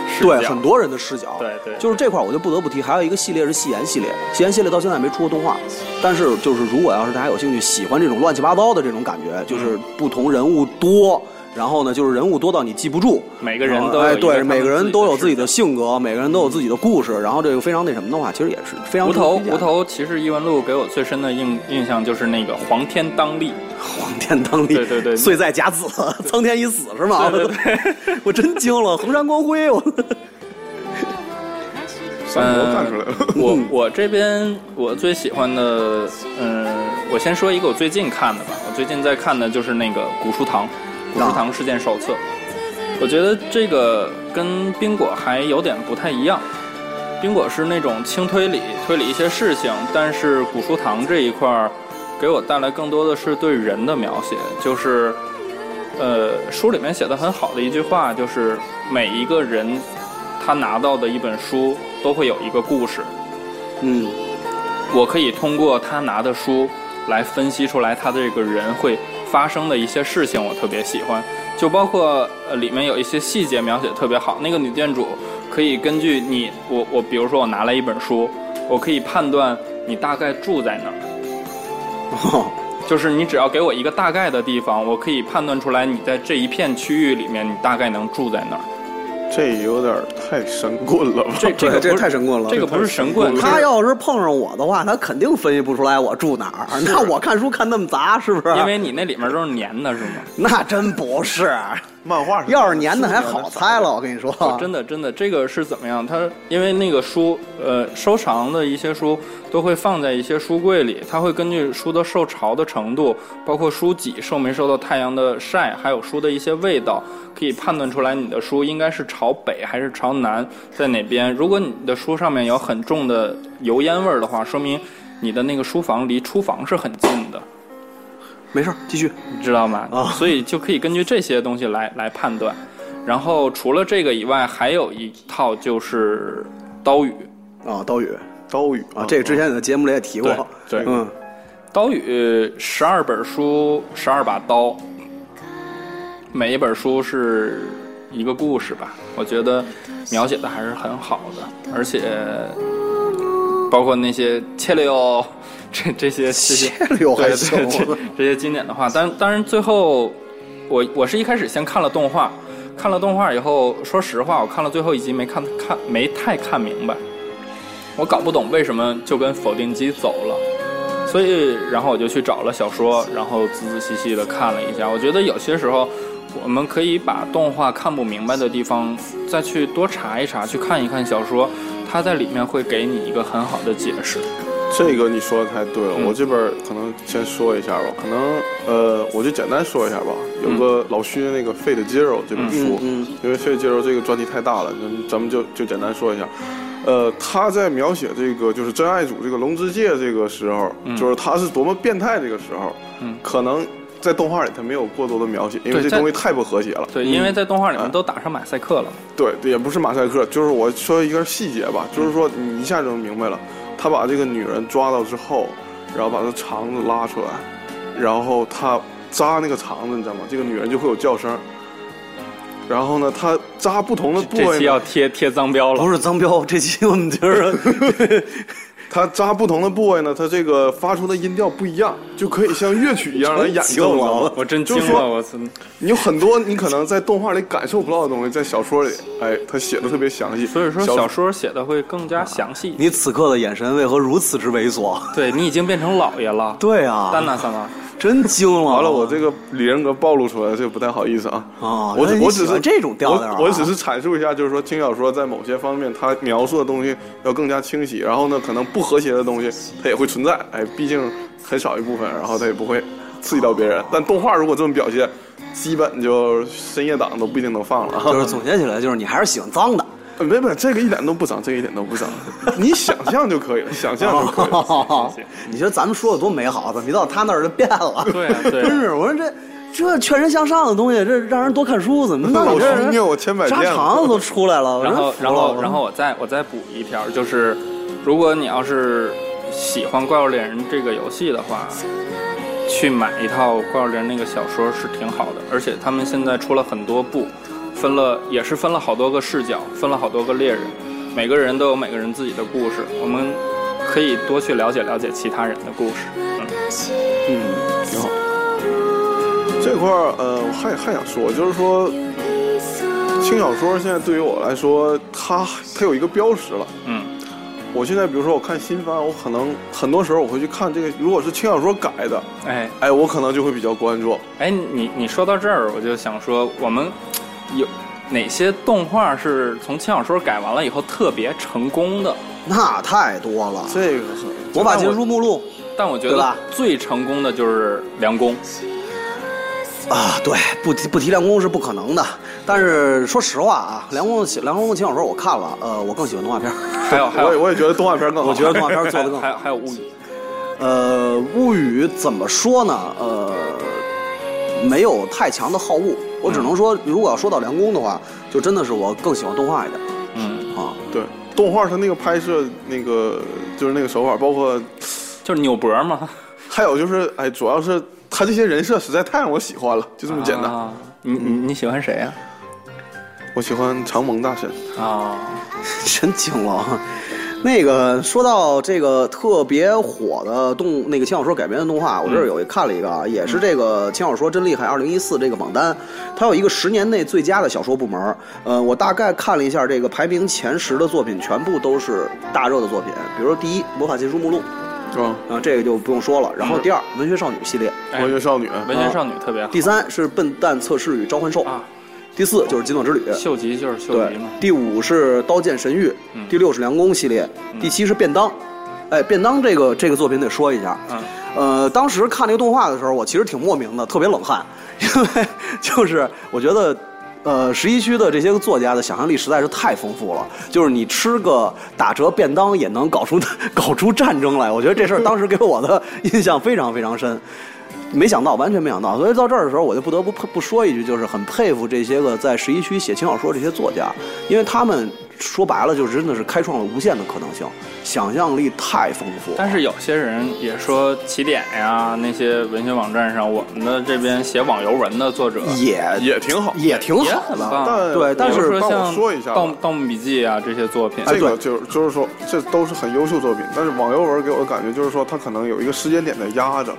Speaker 3: 视角，
Speaker 6: 对很多人的视角，
Speaker 3: 对对
Speaker 6: 就是这块儿我就不得不提，还有一个系列是戏言系列，戏言系列到现在没出过动画，但是就是如果要是大家有兴趣，喜欢这种乱七八糟的这种感觉，就是
Speaker 3: 嗯
Speaker 6: 不同人物多，然后呢就是人物多到你记不住，
Speaker 3: 每个人
Speaker 6: 然后
Speaker 3: 都有
Speaker 6: 哎
Speaker 3: 一个
Speaker 6: 对，
Speaker 3: 他们
Speaker 6: 每个人都有自己
Speaker 3: 的
Speaker 6: 的性格，每个人都有自己的故事，然后这个非常那什么的话，其实也是非
Speaker 3: 视角。无
Speaker 6: 常
Speaker 3: 头
Speaker 6: 推荐
Speaker 3: 无头，其实异闻录给我最深的印印象就是那个黄天当立，
Speaker 6: 黄天当立，
Speaker 3: 对对对
Speaker 6: 岁在甲子，苍天已死是吗？
Speaker 3: 对对
Speaker 6: <laughs> 我真惊了，衡山光辉，我
Speaker 7: 三国干出来了。
Speaker 3: 呃
Speaker 7: <laughs>
Speaker 3: 我我这边我最喜欢的，嗯，我先说一个我最近看的吧。我最近在看的就是那个《古书堂》《古书堂事件手册》，我觉得这个跟冰果还有点不太一样。冰果是那种轻推理，推理一些事情，但是古书堂这一块儿给我带来更多的是对人的描写，就是，呃，书里面写的很好的一句话就是每一个人他拿到的一本书都会有一个故事，
Speaker 6: 嗯，
Speaker 3: 我可以通过他拿的书来分析出来他这个人会发生的一些事情，我特别喜欢。就包括呃里面有一些细节描写得特别好，那个女店主可以根据你我我，比如说我拿来一本书，我可以判断你大概住在哪儿。
Speaker 6: 哦
Speaker 3: 就是你只要给我一个大概的地方，我可以判断出来你在这一片区域里面你大概能住在哪儿。
Speaker 7: 这有点太神棍了吧？
Speaker 3: 这这个
Speaker 6: 对这
Speaker 3: 不是
Speaker 6: 太神棍了
Speaker 3: 这个不是神棍，这
Speaker 6: 他
Speaker 3: 是
Speaker 6: 要是碰上我的话，他肯定分析不出来我住哪儿。那我看书看那么杂，是不是？
Speaker 3: 因为你那里面都是粘的，是吗？
Speaker 6: 那真不是，
Speaker 7: 漫画
Speaker 6: 要是粘的还好猜了，我跟你说，
Speaker 3: 哦真的真的，这个是怎么样？它因为那个书，呃，收藏的一些书都会放在一些书柜里，它会根据书的受潮的程度，包括书脊受没受到太阳的晒，还有书的一些味道，可以判断出来你的书应该是朝北还是朝南，在哪边。如果你的书上面有很重的油烟味儿的话，说明你的那个书房离厨房是很近的。
Speaker 6: 没事儿，继续。
Speaker 3: 你知道吗？
Speaker 6: 啊
Speaker 3: 所以就可以根据这些东西来来判断。然后除了这个以外，还有一套就是刀语。
Speaker 6: 啊，刀宇
Speaker 7: 刀语
Speaker 6: 啊，这个之前你的节目里也提过，
Speaker 3: 对对
Speaker 6: 嗯，
Speaker 3: <laughs> 刀语十二本书，十二把刀，每一本书是一个故事吧。我觉得描写的还是很好的，而且包括那些切了哟，这这些这些
Speaker 6: 切了哟还
Speaker 3: 对对
Speaker 6: 行
Speaker 3: 这这些经典的话。但当然最后，我我是一开始先看了动画，看了动画以后，说实话，我看了最后一集没看看没太看明白，我搞不懂为什么就跟否定机走了。所以，然后我就去找了小说，然后仔仔细细的看了一下。我觉得有些时候，我们可以把动画看不明白的地方，再去多查一查，去看一看小说，它在里面会给你一个很好的解释。
Speaker 7: 这个你说的太对了，
Speaker 3: 嗯
Speaker 7: 我这边儿可能先说一下吧，可能呃，我就简单说一下吧。
Speaker 3: 嗯
Speaker 7: 有个老徐的那个《Fate Zero》这本书，
Speaker 6: 嗯嗯
Speaker 7: 因为《Fate Zero》这个专题太大了，咱们咱们就就简单说一下。呃，他在描写这个就是真爱组这个龙之介这个时候，就是他是多么变态这个时候，
Speaker 3: 嗯
Speaker 7: 可能在动画里他没有过多的描写，因为
Speaker 3: 对
Speaker 7: 这
Speaker 3: 在
Speaker 7: 东西太不和谐了。
Speaker 3: 对，因为在动画里面
Speaker 7: 嗯
Speaker 3: 都打上马赛克了。
Speaker 7: 对，也不是马赛克，就是我说一个细节吧，就是说
Speaker 3: 嗯
Speaker 7: 你一下就能明白了，他把这个女人抓到之后，然后把她肠子拉出来，然后他扎那个肠子，你知道吗？这个女人就会有叫声。然后呢，他扎不同的部
Speaker 3: 这
Speaker 7: 位
Speaker 3: 期
Speaker 7: 呢
Speaker 3: 要，贴贴脏标了
Speaker 6: 不。是脏标，这期我们就是，
Speaker 7: 他扎不同的部位呢，他这个发出的音调不一样，就可以像乐曲一样来演奏，
Speaker 6: 惊
Speaker 7: 你知道
Speaker 6: 了
Speaker 7: 吗？
Speaker 3: 我真惊
Speaker 7: 就是
Speaker 3: 了，
Speaker 7: 说
Speaker 3: 我操！
Speaker 7: 你有很多你可能在动画里感受不到的东西，在小说里，哎，他写的特别详细。
Speaker 3: 所以说小说写的会更加详细。
Speaker 6: <laughs> 你此刻的眼神为何如此之猥琐？
Speaker 3: 对你已经变成老爷了。
Speaker 6: 对
Speaker 3: 丹
Speaker 6: 啊，
Speaker 3: 娜桑啊，
Speaker 6: <laughs> 真惊了。
Speaker 7: 完了，我这个李人格暴露出来，这不太好意思啊。
Speaker 6: 哦
Speaker 7: 我
Speaker 6: 原
Speaker 7: 只
Speaker 6: 来你
Speaker 7: 我只
Speaker 6: 喜欢
Speaker 7: 是
Speaker 6: 这种调调啊
Speaker 7: 我我只是阐述一下，就是说轻小说在某些方面，它描述的东西要更加清晰，然后呢，可能不和谐的东西它也会存在。哎，毕竟很少一部分，然后它也不会刺激到别人。但动画如果这么表现，基本就深夜档都不一定能放了 <laughs> 啊。
Speaker 6: 就是总结起来，就是你还是喜欢脏的。
Speaker 7: 没没，这个一点都不脏，这个一点都不脏，你想象就可以了，想象就可
Speaker 6: 哦
Speaker 7: 以
Speaker 3: <laughs>
Speaker 7: 了。
Speaker 6: 啊你觉得咱们说的多美好，怎么一到他那儿就变了？
Speaker 3: 对啊对啊
Speaker 6: 真是我说这这全身向上的东西，这让人多看书怎么？那
Speaker 7: 老
Speaker 6: 你这人
Speaker 7: 师虐我千百遍
Speaker 6: 扎
Speaker 7: 了
Speaker 6: 肠子都出来了。
Speaker 3: 然后，
Speaker 6: 我真服
Speaker 3: 然
Speaker 6: 了
Speaker 3: 后，然后我再我再补一条，就是如果你要是喜欢《怪物猎人》这个游戏的话，去买一套《怪物猎人》那个小说是挺好的，而且他们现在出了很多部，分了也是分了好多个视角，分了好多个猎人，每个人都有每个人自己的故事，我们可以多去了解了解其他人的故事。嗯，
Speaker 7: 嗯，挺好。这块儿，呃，我还还想说，就是说，轻小说现在对于我来说，它它有一个标识了。
Speaker 3: 嗯，
Speaker 7: 我现在比如说我看新番，我可能很多时候我会去看这个，如果是轻小说改的，
Speaker 3: 哎，
Speaker 7: 哎，我可能就会比较关注。
Speaker 3: 哎，你你说到这儿，我就想说，我们有哪些动画是从轻小说改完了以后特别成功的？
Speaker 6: 那太多了。
Speaker 7: 这个是
Speaker 6: 魔法禁书目录
Speaker 3: 但我觉
Speaker 6: 对
Speaker 3: 得
Speaker 6: 吧
Speaker 3: 最成功的就是《梁宫》。
Speaker 6: 啊，对，不提不提梁公是不可能的。但是说实话啊，梁公的小梁公的轻小说我看了，呃，我更喜欢动画片儿。
Speaker 3: 还有还
Speaker 7: 我也
Speaker 3: 有
Speaker 7: 我也觉得动画片更好。
Speaker 6: 我觉得动画片儿做
Speaker 3: 还
Speaker 6: 的
Speaker 3: 有
Speaker 6: 更
Speaker 3: 还有
Speaker 6: 好。
Speaker 3: 还有物语，
Speaker 6: 呃，物语怎么说呢？呃，没有太强的好物。我只能说，如果要说到梁公的话，就真的是我更喜欢动画一点
Speaker 3: 嗯，
Speaker 6: 啊。 <laughs>
Speaker 7: 对动画它那个拍摄那个就是那个手法，包括
Speaker 3: 就是扭脖嘛，
Speaker 7: 还有就是哎，主要是他这些人设实在太让我喜欢了，就这么简单。
Speaker 3: 啊你你你喜欢谁啊呀？
Speaker 7: 我喜欢长蒙大神。
Speaker 3: 啊，
Speaker 6: 真惊了啊。那个说到这个特别火的动那个轻小说改编的动画，我这儿有看了一个啊，也是这个轻小说真厉害二零一四这个榜单，它有一个十年内最佳的小说部门儿。呃，我大概看了一下这个排名前十的作品，全部都是大热的作品，比如说第一《魔法禁书目录》，
Speaker 7: 啊，
Speaker 6: 啊、这个就不用说了。然后第二《文学少女》系列，
Speaker 3: 哎
Speaker 7: 文学少女，
Speaker 3: 文学少女特别好
Speaker 6: 第三是《笨蛋测试与召唤兽》，
Speaker 3: 啊，
Speaker 6: 第四就是《极短之旅》，
Speaker 3: 秀吉就是秀
Speaker 6: 对
Speaker 3: 吉嘛，，嗯
Speaker 6: 第五是《刀剑神域》第六是《梁宫》系列，第七是《便当》。哎，《便当》这个这个作品得说一下。
Speaker 3: 嗯
Speaker 6: 呃，当时看这个动画的时候，我其实挺莫名的，特别冷汗， <laughs> 因为就是我觉得。呃，十一区的这些个作家的想象力实在是太丰富了，就是你吃个打折便当也能搞出 <laughs> 搞出战争来。我觉得这事儿当时给我的 <laughs> 印象非常非常深。没想到，完全没想到。所以到这儿的时候，我就不得不佩不说一句，就是很佩服这些个在十一区写轻小说这些作家，因为他们说白了，就是真的是开创了无限的可能性，想象力太丰富。
Speaker 3: 但是有些人也说起点呀，那些文学网站上，我们的这边写网游文的作者
Speaker 6: 也
Speaker 7: 也挺好。
Speaker 6: 也挺
Speaker 3: 也
Speaker 6: 好
Speaker 3: 很棒
Speaker 6: 的，。对，但
Speaker 3: 比
Speaker 6: 是
Speaker 3: 如说
Speaker 7: 帮我
Speaker 3: 像
Speaker 7: 说一下吧
Speaker 3: 盗盗墓笔记》啊这些作品，
Speaker 6: 哎
Speaker 7: 这个就是就是说，这都是很优秀作品，但是网游文给我的感觉就是说，它可能有一个时间点在压着，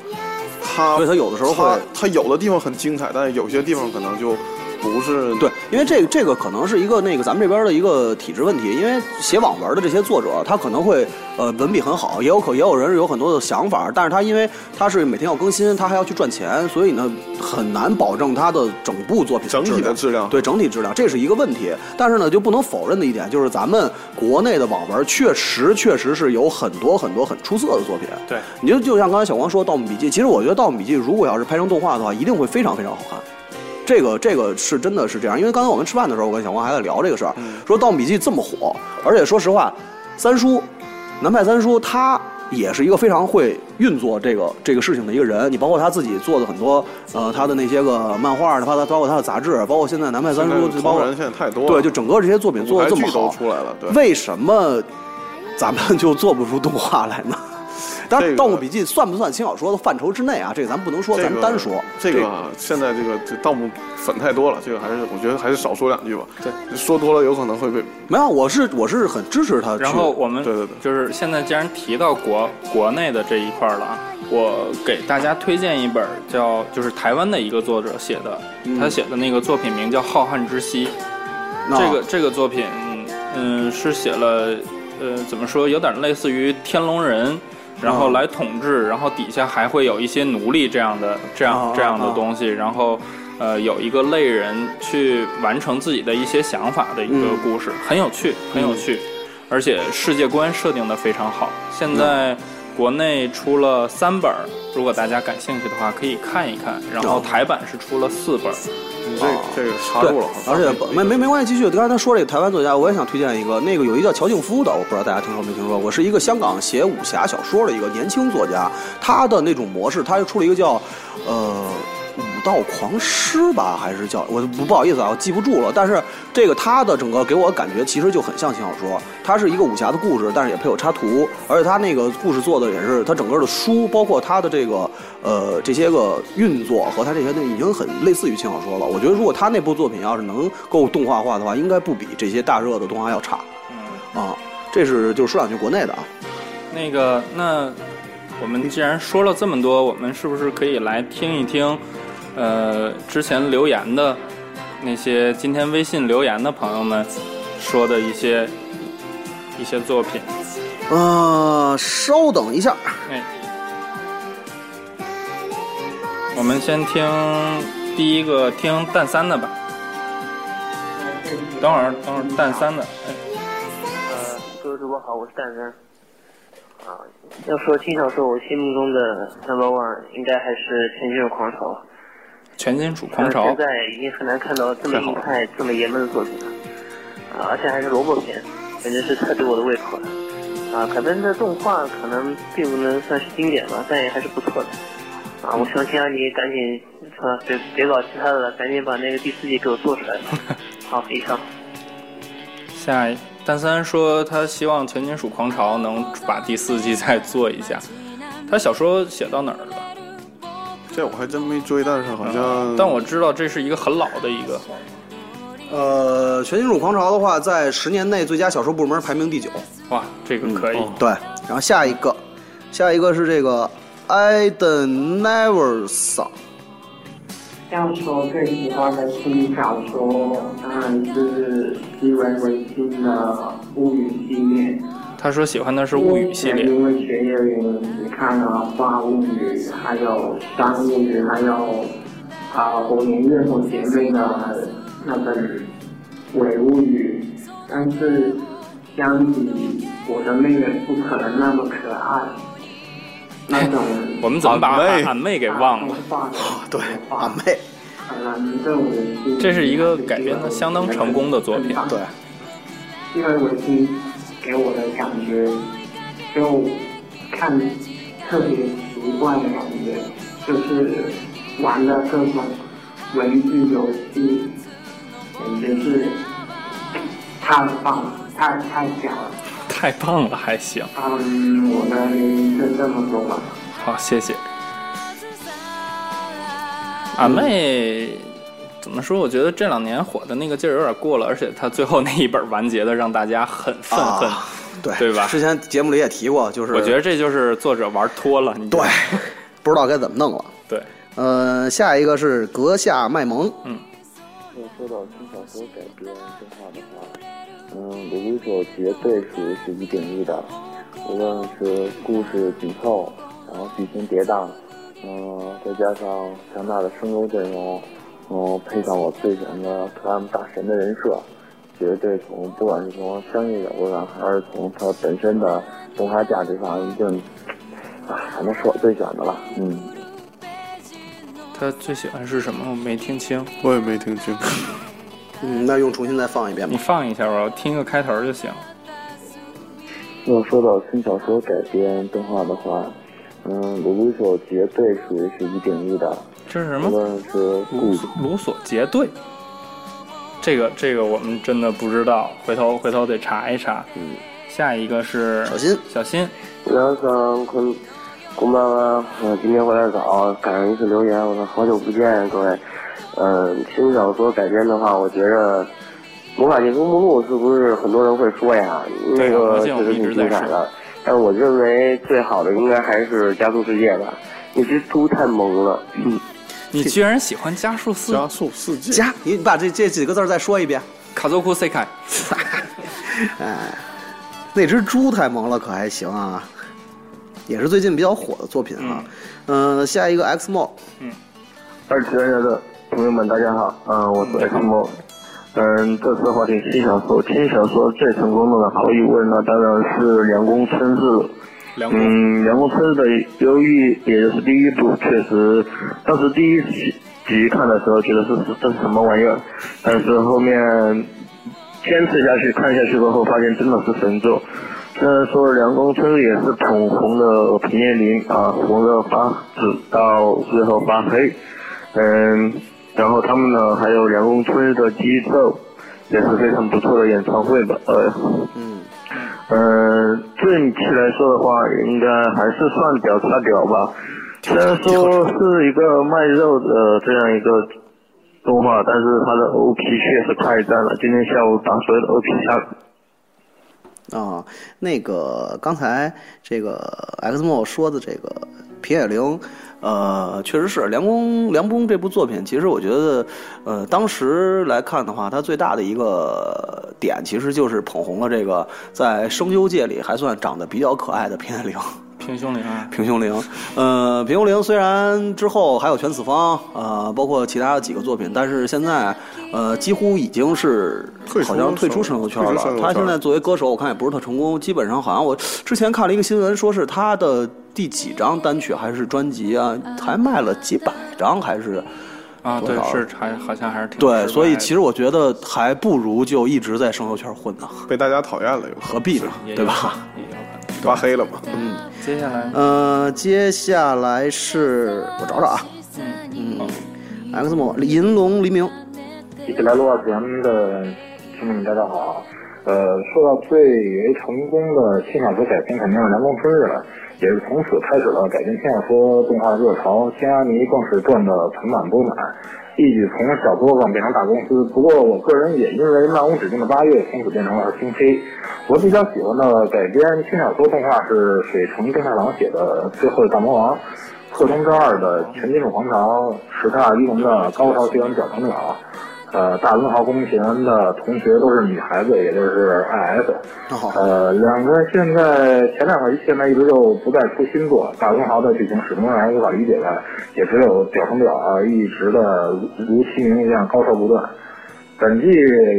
Speaker 7: 它
Speaker 6: 所以它有的时候会
Speaker 7: 它它有的地方很精彩，但是有些地方可能就不是
Speaker 6: 对，因为这个这个可能是一个那个咱们这边的一个体制问题，因为写网文的这些作者，他可能会呃文笔很好，也有可也有人是有很多的想法，但是他因为他是每天要更新，他还要去赚钱，所以呢很难保证他的整部作品
Speaker 7: 整体的
Speaker 6: 质
Speaker 7: 质量
Speaker 6: 对整体质量这是一个问题。但是呢就不能否认的一点就是咱们国内的网文确实确实是有很多很多很出色的作品。
Speaker 3: 对
Speaker 6: 你就就像刚才小光说《盗墓笔记》，其实我觉得《盗墓笔记》如果要是拍成动画的话，一定会非常非常好看。这个这个是真的是这样，因为刚才我们吃饭的时候，我跟小光还在聊这个事儿，
Speaker 7: 嗯
Speaker 6: 说《盗墓笔记》这么火，而且说实话，三叔，南派三叔他也是一个非常会运作这个这个事情的一个人。你包括他自己做的很多，呃，他的那些个漫画，包括包括他的杂志，包括现在南派三叔，
Speaker 7: 现在
Speaker 6: 包括
Speaker 7: 狂人现在太多了
Speaker 6: 对，就整个这些作品做的这么
Speaker 7: 舞
Speaker 6: 好
Speaker 7: 台剧都出来了对
Speaker 6: 为什么咱们就做不出动画来呢？当然，
Speaker 7: 这个
Speaker 6: 《盗墓笔记》算不算轻小说的范畴之内啊？这个咱们不能说，
Speaker 7: 这
Speaker 6: 咱
Speaker 7: 个
Speaker 6: 们单说
Speaker 7: 这个啊现在这个这盗墓粉太多了，这个还是我觉得还是少说两句吧，对，说多了有可能会被
Speaker 6: 没有，我是我是很支持他去。
Speaker 3: 然后我们
Speaker 7: 对对对
Speaker 3: 就是现在既然提到国国内的这一块儿了啊，我给大家推荐一本叫就是台湾的一个作者写的，
Speaker 7: 嗯
Speaker 3: 他写的那个作品名叫《浩瀚之息》。
Speaker 6: 那
Speaker 3: 这个这个作品，嗯，是写了，呃，怎么说，有点类似于天龙人，然后
Speaker 6: 嗯
Speaker 3: 来统治，然后底下还会有一些奴隶这样的这样
Speaker 6: 嗯
Speaker 3: 这样的
Speaker 6: 嗯嗯
Speaker 3: 东西，然后。呃，有一个类人去完成自己的一些想法的一个
Speaker 6: 嗯
Speaker 3: 故事，很有趣，很有趣，而且世界观设定的非常好。现在国内出了三本儿，如果大家感兴趣的话，可以看一看。然后
Speaker 6: 嗯
Speaker 3: 台版是出了四本儿，
Speaker 7: 你这个这个
Speaker 6: 啊
Speaker 7: 插
Speaker 6: 对
Speaker 7: 入了，，
Speaker 6: 而且不没没没关系，继续。刚才他说这个台湾作家，我也想推荐一个，那个有一个叫乔敬夫的，我不知道大家听说没听说过，是一个香港写武侠小说的一个年轻作家，他的那种模式，他又出了一个叫呃。武道狂狮吧，还是叫我不不好意思啊，我记不住了。但是这个它的整个给我感觉其实就很像轻小说，它是一个武侠的故事，但是也配有插图，而且它那个故事做的也是它整个的书，包括它的这个呃这些个运作和它这些东西已经很类似于轻小说了。我觉得如果它那部作品要是能够动画化的话，应该不比这些大热的动画要差啊。这是就是说两句国内的啊，
Speaker 3: 那个，那我们既然说了这么多，我们是不是可以来听一听，呃，之前留言的那些今天微信留言的朋友们说的一些一些作品？
Speaker 6: 呃，稍等一下，
Speaker 3: 哎，我们先听第一个，听蛋三的吧。等会儿，等会儿，蛋三的，哎，
Speaker 8: 呃，各位主播好，我是蛋生。啊，要说轻小说，我心目中的 number one 应该还是《全军的狂潮》。
Speaker 3: 全金属狂潮
Speaker 8: 现，在已经很难看到这么硬派、这么爷们的作品了，啊，而且还是萝卜片，简直是太对我的胃口了。啊，凯文的动画可能并不能算是经典吧，但也还是不错的。啊，我希望金安妮赶紧，啊，别别搞其他的了，赶紧把那个第四季给我做出来吧。
Speaker 3: <laughs>
Speaker 8: 好，以上。
Speaker 3: 下一蛋三说他希望全金属狂潮能把第四季再做一下。他小说写到哪儿了？
Speaker 7: 这我还真没追，但是好
Speaker 6: 啊嗯
Speaker 7: 像，
Speaker 3: 但我知道这是一个很老的一个，
Speaker 6: 呃，《全金属狂潮》的话，在十年内最佳小说部门排名第九。
Speaker 3: 哇，这个可以，
Speaker 6: 对，然后下一个，下一个是这个 Eden
Speaker 3: <laughs>
Speaker 6: Neverson，
Speaker 9: 要说最喜欢的轻小说，当然嗯是吉文文清的《物语》系列。
Speaker 3: 他说喜欢的是《物语》系
Speaker 6: 嗯
Speaker 3: 列，
Speaker 9: 因为学业原因，只看了《花物语》，还有《山物语》，还有啊、呃火影月火姐妹的那本《伪物语》，但是相比我的妹妹不可能那么可爱，那种
Speaker 3: 我们怎么把
Speaker 7: 俺妹
Speaker 3: 把俺妹给忘了？ <laughs>
Speaker 9: 了。
Speaker 6: <laughs> 对，阿啊妹，
Speaker 3: 这是一个改编的相当成功的作品
Speaker 6: 对，
Speaker 9: 因为文心给我的感觉，就看特别奇怪的感觉，就是玩了各种文字游戏，简直是太棒了，太太屌了。
Speaker 3: 太棒了，还行，
Speaker 9: 嗯，我的名字这么多吧。
Speaker 3: 好，谢谢。
Speaker 6: 嗯
Speaker 3: 俺妹怎么说？我觉得这两年火的那个劲儿有点过了，而且她最后那一本完结的让大家很愤恨，
Speaker 6: 啊对，
Speaker 3: 对吧
Speaker 6: 之前节目里也提过，就是
Speaker 3: 我觉得这就是作者玩脱了，你知道
Speaker 6: 对
Speaker 3: 吗，
Speaker 6: 不知道该怎么弄了。
Speaker 3: 对，
Speaker 6: 呃，下一个是阁下卖萌，
Speaker 10: 要说到轻小说改编动画的话，嗯，鲁鲁手绝对属于是一顶一的，无论是故事紧凑，然后剧情跌宕，嗯，再加上强大的声优阵容，嗯，配上我最喜欢的特 M 大神的人设，绝对从不管是从商业角度上，还是从它本身的动画价值上，一定，啊，反正是我最喜欢的了，嗯。
Speaker 3: 她最喜欢是什么？我没听清，
Speaker 7: 我也没听
Speaker 6: <laughs>
Speaker 7: 清。
Speaker 6: 嗯，那用重新再放一遍吧
Speaker 3: 你。放一下吧，我听个开头就行。
Speaker 10: 要说到轻小说改编动画的话，嗯，鲁鲁手绝对属于是一顶一的，
Speaker 3: 这是什
Speaker 10: 无
Speaker 3: 么？
Speaker 10: 论是故
Speaker 3: 鲁鲁索结对。这个这个我们真的不知道，回头回头得查一查。下一个是
Speaker 6: 嗯小新，
Speaker 3: 小新，
Speaker 10: 梁桑坤，空巴巴，我呃今天回来早，赶上一次留言，我说好久不见各位。嗯，轻小说改编的话，我觉着《魔法地图目录》是不是很多人会说呀？
Speaker 3: 对
Speaker 10: 那
Speaker 3: 魔
Speaker 10: 个
Speaker 3: 镜我
Speaker 10: 确
Speaker 3: 们
Speaker 10: 实
Speaker 3: 一直在
Speaker 10: 挺精
Speaker 3: 说
Speaker 10: 彩的，但我认为最好的应该还是《加速世界》吧，那只猪太萌了。
Speaker 3: 你居然喜欢加数四
Speaker 7: 加速世界，
Speaker 6: 加，你把这这几个字儿再说一遍。
Speaker 3: 卡佐库塞凯，
Speaker 6: 那只猪太萌了，可还行啊，也是最近比较火的作品啊。嗯、下一个 X Mo，
Speaker 10: 二次元的朋友们，大家好，嗯、我是 X 猫。嗯，这次话题轻小说，轻小说最成功的可以问，那当然是梁公春日。
Speaker 3: 梁工，
Speaker 10: 嗯，梁公春日的忧郁也就是第一部，确实，当时第一集看的时候觉得是这是什么玩意儿，但是后面坚持下去看下去过后，发现真的是神作。虽然说梁公春日也是捧红了平野绫啊，红了发紫到最后发黑。
Speaker 8: 嗯，然后他们呢还有凉宫春日的激奏，也是非常不错的演唱会吧，呃，嗯，呃，近期来说的话，应该还是算屌叉屌吧，虽然说是一个卖肉的这样一个动画，但是它的 OP 确实太赞了，今天下午把所有的 OP 下
Speaker 6: 啊，那个刚才这个 X m o 说的这个皮野绫，呃，确实是梁公梁公这部作品，其实我觉得，呃，当时来看的话，它最大的一个点，其实就是捧红了这个在声优界里还算长得比较可爱的皮野绫。
Speaker 3: 平胸零啊，
Speaker 6: 平胸零，呃，平胸零虽然之后还有全此方，呃，包括其他的几个作品，但是现在，呃，几乎已经是
Speaker 7: 退出
Speaker 6: 好像退出声优圈
Speaker 7: 退
Speaker 6: 了
Speaker 7: 出声优。圈
Speaker 6: 他现在作为歌手，我看也不是特成功，基本上好像我之前看了一个新闻，说是他的第几张单曲还是专辑啊，还卖了几百张还是。
Speaker 3: 啊，对
Speaker 6: 多，少
Speaker 3: 是还好像还是挺
Speaker 6: 对，
Speaker 3: 失
Speaker 6: 所以
Speaker 3: 败的
Speaker 6: 其实我觉得还不如就一直在声优圈混呢，
Speaker 7: 被大家讨厌了，有
Speaker 6: 何必呢？
Speaker 3: 也有
Speaker 6: 对吧？
Speaker 3: 也有可能。
Speaker 7: 拉黑了嘛？
Speaker 3: 接下来
Speaker 6: 呃，接下来是我找找啊，嗯，X 莫银龙黎明，
Speaker 10: 一起来录到节目的听众们，大家好。呃，说到最为成功的轻小说改编，肯定是《南宫春日》了，也是从此开始了改编轻小说动画的热潮。新安妮更是赚得盆满钵满，一举从小作坊变成大公司。不过，我个人也因为漫无止境的八月，从此变成了星飞。我比较喜欢的改编轻小说动画是水城正太郎写的《最后的大魔王》。贺东正二的《全金属狂潮》，石大一龙的《高潮学员表情鸟》，呃，大文豪公学员的同学都是女孩子，也就是 IS。呃，两个现在前两个现在一直就不再出新作，大文豪的剧情始终让人无法理解的，也只有表情表啊一直的如其名一样高潮不断。本季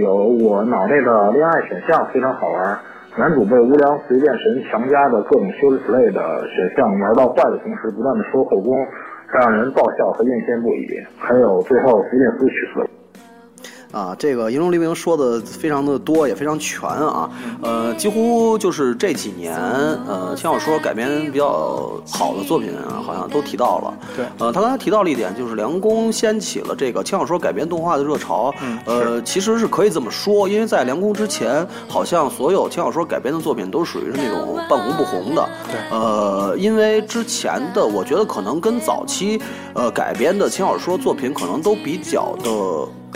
Speaker 10: 有我脑内的恋爱选项非常好玩，男主被无良随便神强加的各种羞耻 play 的选项玩到坏的同时，不断的收后宫，让人爆笑和艳羡不已。还有最后福建斯曲子。
Speaker 6: 啊，这个《银龙黎明》说的非常的多，也非常全啊，呃，几乎就是这几年，呃，轻小说改编比较好的作品啊，好像都提到了。
Speaker 3: 对
Speaker 6: 呃，他刚才提到了一点，就是梁工掀起了这个轻小说改编动画的热潮。
Speaker 3: 嗯
Speaker 6: 呃，其实是可以这么说，因为在梁工之前，好像所有轻小说改编的作品都属于是那种半红不红的。
Speaker 3: 对
Speaker 6: 呃，因为之前的，我觉得可能跟早期呃改编的轻小说作品可能都比较的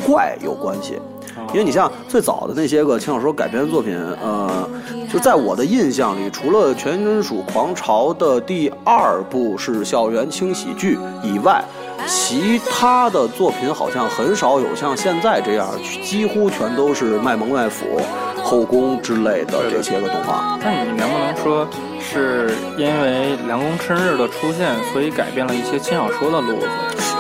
Speaker 6: 怪有关
Speaker 3: 哦
Speaker 6: 系。哦因为你像最早的那些个轻小说改编的作品，呃，就在我的印象里，除了《全真属狂潮》的第二部是校园轻喜剧以外，其他的作品好像很少有像现在这样，几乎全都是卖萌卖腐、后宫之类的这些个动画。
Speaker 3: 但你能不能说是因为《凉宫春日》的出现，所以改变了一些轻小说的路子？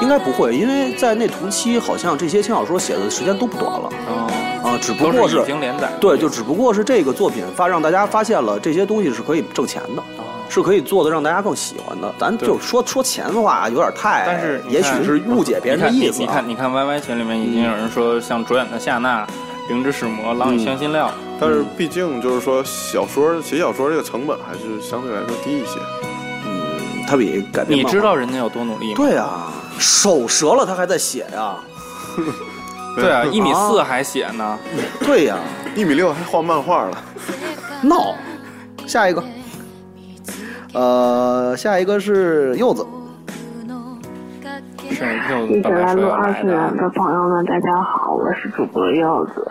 Speaker 6: 应该不会，因为在那同期，好像这些轻小说写的时间都不短了
Speaker 3: 然后
Speaker 6: 啊，只不
Speaker 3: 都
Speaker 6: 过
Speaker 3: 是已经连载，
Speaker 6: 对，就只不过是这个作品发让大家发现了这些东西是可以挣钱的，
Speaker 3: 啊
Speaker 6: 是可以做的让大家更喜欢的。咱就说说钱的话，有点太，
Speaker 3: 但是你
Speaker 6: 也
Speaker 3: 看
Speaker 6: 许是误解别人的意思
Speaker 3: 你
Speaker 6: 啊。嗯
Speaker 3: 看，你看 YY 群里面已经有人说，像卓远的夏娜、灵之使魔、狼与香辛料，
Speaker 7: 但是毕竟就是说，小说写小说这个成本还是相对来说低一些。
Speaker 6: 他比改编
Speaker 3: 你
Speaker 6: 漫
Speaker 3: 知
Speaker 6: 画
Speaker 3: 道人家有多努力吗？
Speaker 6: 对啊，手折了他还在写呀、
Speaker 3: 对啊，一米
Speaker 6: 哦
Speaker 3: 四还写呢，
Speaker 6: 对呀、
Speaker 7: 一米六还画漫画了，
Speaker 6: 闹。下一个，呃，下一个是柚子，
Speaker 3: 是
Speaker 11: 一
Speaker 3: 柚子
Speaker 11: 起
Speaker 3: 本来
Speaker 11: 来
Speaker 3: 说
Speaker 11: 录
Speaker 3: 要
Speaker 11: 二
Speaker 3: 来
Speaker 11: 次元
Speaker 3: 的，啊
Speaker 11: 的朋友们，大家好，我是主播柚子。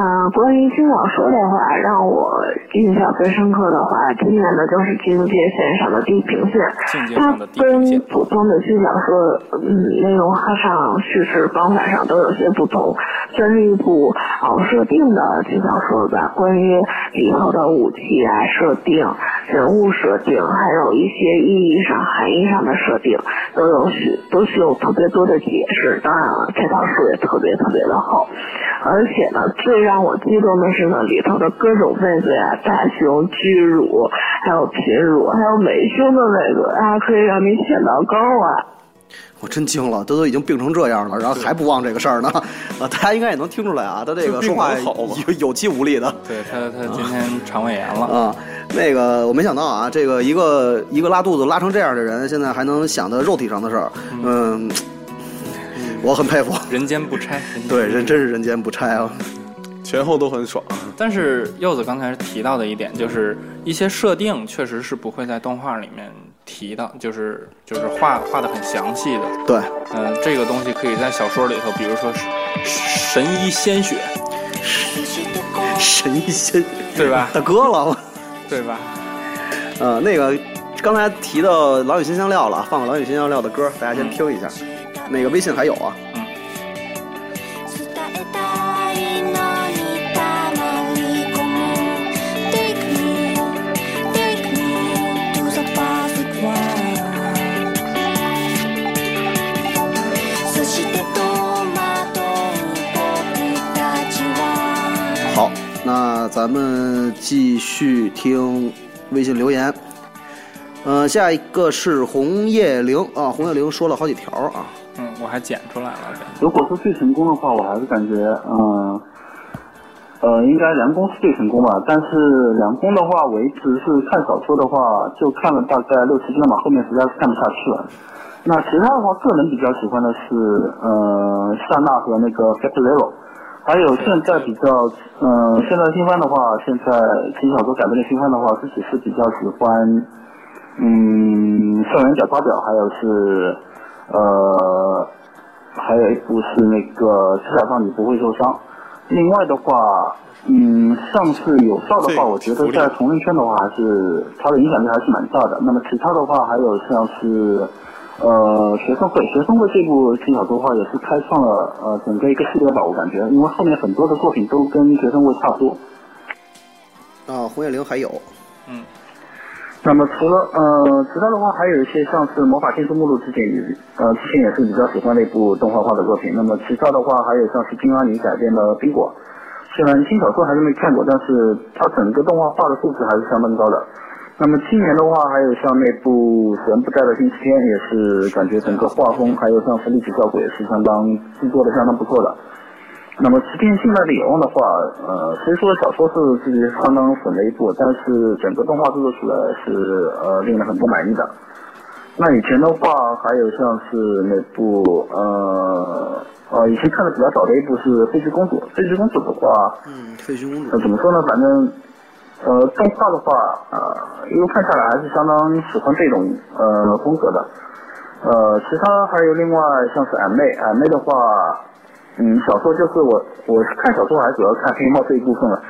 Speaker 11: 嗯、关于金小说的话，让我印象最深刻的话，今年的就是《境界线上的地平线》，
Speaker 3: 境界
Speaker 11: 它
Speaker 3: 上的地平
Speaker 11: 跟
Speaker 3: 线。
Speaker 11: 普通的轻小说，嗯，内容上、叙事方法上都有些不同。这是一部哦设定的轻小说吧，关于里头的武器啊设定、人物设定，还有一些意义上、含义上的设定，都有许都是有特别多的解释。当然了，这套书也特别特别的厚，而且呢，最让我激动的是呢，里头的各种妹子呀，大胸、巨乳，还有贫乳，还有美胸的妹子，啊还可以让你显到高啊。
Speaker 6: 我真惊了，他都已经病成这样了，然后还不忘这个事儿呢。啊，大家应该也能听出来啊，他这个说话
Speaker 7: 就病得好
Speaker 3: 啊
Speaker 7: 嘛
Speaker 6: 有有气无力的。
Speaker 3: 对他，他今天肠胃炎了，
Speaker 6: 啊，那个我没想到啊，这个一个一个拉肚子拉成这样的人，现在还能想到肉体上的事儿，嗯，我很佩服。
Speaker 3: 人间不拆，人间
Speaker 6: 对，人真是人间不拆啊！
Speaker 7: 前后都很爽。啊
Speaker 3: 但是柚子刚才提到的一点，就是一些设定确实是不会在动画里面提到，就是就是画画的很详细的。
Speaker 6: 对，
Speaker 3: 嗯、这个东西可以在小说里头，比如说是神医鲜血，
Speaker 6: 神医仙 <laughs>
Speaker 3: 对吧？
Speaker 6: 大哥了，
Speaker 3: 对吧？
Speaker 6: 呃，那个刚才提到《狼与辛香料》了，放个《狼与辛香料》的歌，大家先听一下。那个微信还有啊，
Speaker 4: そして戸惑う僕たちは
Speaker 6: 好，那咱们继续听微信留言。呃，下一个是红叶玲啊，红叶玲说了好几条啊，
Speaker 3: 嗯，我还剪出来了。
Speaker 12: 如果说最成功的话，我还是感觉，嗯，呃，应该梁工是最成功吧。但是梁工的话，我一直是看小说的话，就看了大概六七卷吧，后面实在是看不下去了。那其他的话，个人比较喜欢的是，呃，夏娜和那个 Fat Zero，还有现在比较，呃，现在新番的话，现在轻小说改编的新番的话，自己是比较喜欢，嗯，校园假发表，还有是，呃，还有一部是那个《至少让你不会受伤》。另外的话，嗯，上次有效的话，我觉得在同人圈的话，还是它的影响力还是蛮大的。那么其他的话，还有像是呃学生会，学生会这部轻小说的话，也是开创了呃整个一个系列吧，我感觉，因为后面很多的作品都跟学生会差不多。
Speaker 6: 啊，红叶玲还有，
Speaker 12: 那么除了呃，其他的话还有一些像是《魔法天书目录》之前也呃之前也是比较喜欢的一部动画化的作品。那么其他的话还有像是金阿尼改编的《冰果》，虽然轻小说还是没看过，但是它整个动画化的素质还是相当高的。那么今年的话，还有像那部《神不在的星期天》，也是感觉整个画风，还有像是立体效果也是相当制作的相当不错的。那么《十天信赖的野望》的话，呃，虽说小说是自己相当粉的一部，但是整个动画制作出来是呃令人很不满意的。那以前的话，还有像是那部呃呃以前看的比较少的一部是《废墟公主》，《废墟公主》的话，
Speaker 6: 嗯，废墟公
Speaker 12: 呃，怎么说呢？反正，呃，动画的话，呃，一路看下来还是相当喜欢这种呃风格的。呃，其他还有另外像是俺妹，俺妹的话，嗯，小说就是我我是看小说还是主要看黑猫这一部分了，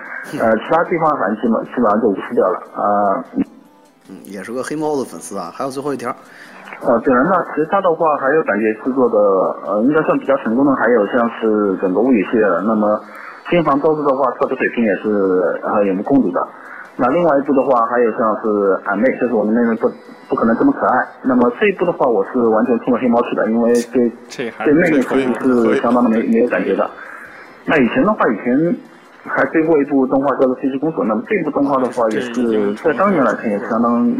Speaker 12: 呃，其他地方反正基本基本上就无视掉了啊。呃
Speaker 6: 嗯，也是个黑猫的粉丝啊，还有最后一条，
Speaker 12: 呃，对了，那其他的话还有感觉制作的，呃，应该算比较成功的，还有像是整个物语系列的。那么新房周子的话，跳的水平也是呃有目共睹的。那另外一部的话，还有像是俺妹，就是我们那个不不可能这么可爱。那么这一部的话，我是完全冲着黑猫去的，因为对
Speaker 3: 这还
Speaker 12: 对妹妹
Speaker 3: 这可
Speaker 12: 可
Speaker 3: 以
Speaker 12: 以
Speaker 3: 可
Speaker 12: 是
Speaker 3: 以
Speaker 12: 相当的没没有感觉的。那以前的话，以前还追过一部动画叫做《飞机公主》，那么这部动画的话，也是在当年来看也是相当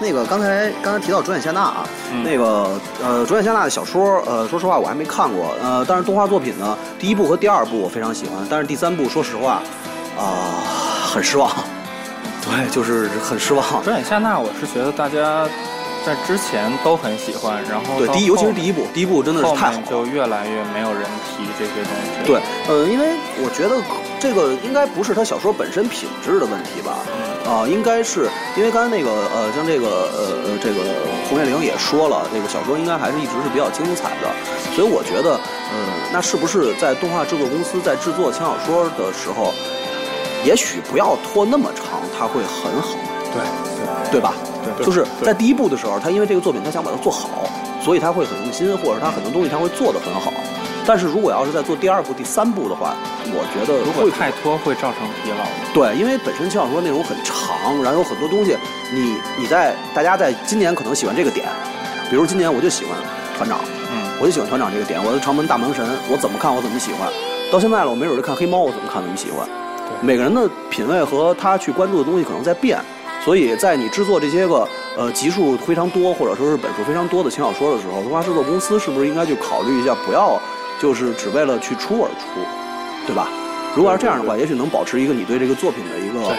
Speaker 6: 那个刚才刚才提到主演夏娜啊，
Speaker 3: 嗯
Speaker 6: 那个呃主演夏娜的小说，呃说实话我还没看过，呃但是动画作品呢，第一部和第二部我非常喜欢，但是第三部说实话啊、很失望， <laughs> 对，就是很失望。
Speaker 3: 转眼夏娜，我是觉得大家在之前都很喜欢，然后
Speaker 6: 对
Speaker 3: 到
Speaker 6: 第一尤其是
Speaker 3: 后
Speaker 6: 第一部第一部真的是
Speaker 3: 后面
Speaker 6: 太好
Speaker 3: 就越来越没有人提这些东西。
Speaker 6: 对，呃，因为我觉得这个应该不是他小说本身品质的问题吧，啊、应该是因为刚才那个呃，像这个呃呃这个红叶玲也说了，这个小说应该还是一直是比较精彩的，所以我觉得，嗯，那是不是在动画制作公司在制作轻小说的时候，也许不要拖那么长，它会很好，
Speaker 3: 对
Speaker 6: 对吧？
Speaker 3: 对
Speaker 6: 就是在第一部的时候，他因为这个作品，他想把它做好，所以他会很用心，或者是他很多东西他会做得很好。但是如果要是在做第二部、第三部的话，我觉得
Speaker 3: 如
Speaker 6: 会
Speaker 3: 果太拖会造成疲劳。
Speaker 6: 对，因为本身轻小说内容很长，然后有很多东西，你你在大家在今年可能喜欢这个点，比如今年我就喜欢团长，
Speaker 3: 嗯，
Speaker 6: 我就喜欢团长这个点，我的长门大门神，我怎么看我怎么喜欢，到现在了，我没准就看黑猫，我怎么看怎么喜欢。每个人的品味和他去关注的东西可能在变，所以在你制作这些个呃集数非常多，或者说是本数非常多的轻小说的时候，动画制作公司是不是应该去考虑一下，不要就是只为了去出而出，对吧？如果要是这样的话，也许能保持一个你对这个作品的一个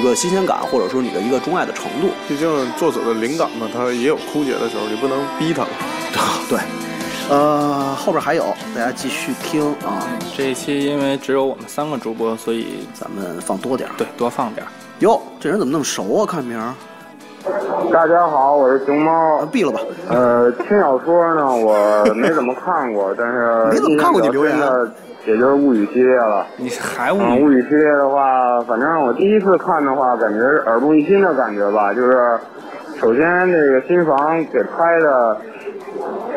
Speaker 6: 一个新鲜感，或者说你的一个钟爱的程度。
Speaker 7: 毕竟作者的灵感嘛，他也有枯竭的时候，你不能逼他。
Speaker 6: 对，呃，后边还有，大家继续听啊。
Speaker 3: 这一期因为只有我们三个主播，所以
Speaker 6: 咱们放多点儿。
Speaker 3: 对，多放点儿。
Speaker 6: 哟，这人怎么那么熟啊？看名儿，啊
Speaker 13: 大家好，我是熊猫。
Speaker 6: 闭了吧。
Speaker 13: 呃，轻小说呢，我没怎么看过，但是
Speaker 6: <laughs> 没怎么看过你留言
Speaker 13: 印
Speaker 6: 啊
Speaker 13: 象比较深的也就是物语系列了。
Speaker 3: 你还物
Speaker 13: 语、物语系列的话，反正我第一次看的话，感觉是耳目一新的感觉吧。就是首先这个新房给拍的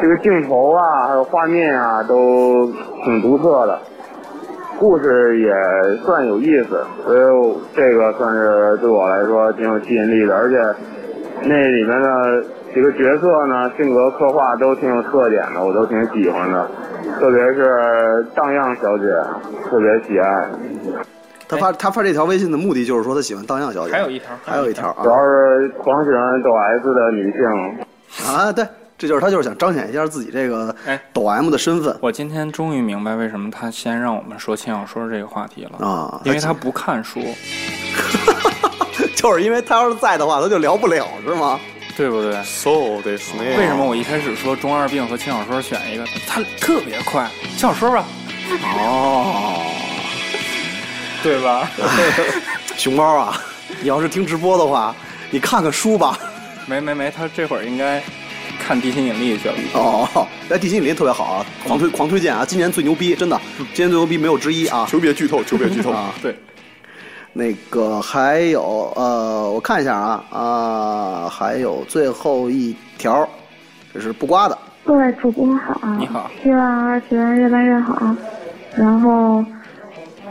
Speaker 13: 这个镜头啊，还有画面啊，都挺独特的。故事也算有意思，所以这个算是对我来说挺有吸引力的，而且那里面的几个角色呢，性格刻画都挺有特点的，我都挺喜欢的，特别是荡漾小姐，特别喜爱。
Speaker 6: 他发他发这条微信的目的就是说他喜欢荡漾小姐。还有
Speaker 3: 一条，
Speaker 6: 还有一条啊
Speaker 13: 主要是狂喜欢抖 S 的女性。
Speaker 6: 啊，对，这就是他就是想彰显一下自己这个抖 M 的身份。 <laughs>
Speaker 3: 我今天终于明白为什么他先让我们说轻小说这个话题了
Speaker 6: 啊
Speaker 3: 因为他不看书，
Speaker 6: 就是因为他要是在的话，他就聊不了，是吗？
Speaker 3: 对不对
Speaker 7: ？So this
Speaker 3: 为什么我一开始说中二病和轻小说选一个？他特别快，轻小说吧。
Speaker 6: 哦，
Speaker 3: 对吧？
Speaker 6: 熊猫啊，你要是听直播的话，你看看书吧。
Speaker 3: <laughs> 没没没，他这会儿应该看《地心引力》去了。
Speaker 6: 哦，哎，地心引力特别好啊，狂推狂推荐啊！今年最牛逼，真的，今年最牛逼没有之一啊！
Speaker 7: 求别剧透，求别剧透
Speaker 6: 啊！
Speaker 3: 对，
Speaker 6: 那个还有呃，我看一下啊啊，还有最后一条，这是不瓜的，
Speaker 14: 各位主播好，啊
Speaker 3: 你好，
Speaker 14: 希望二次元越办越好。啊然后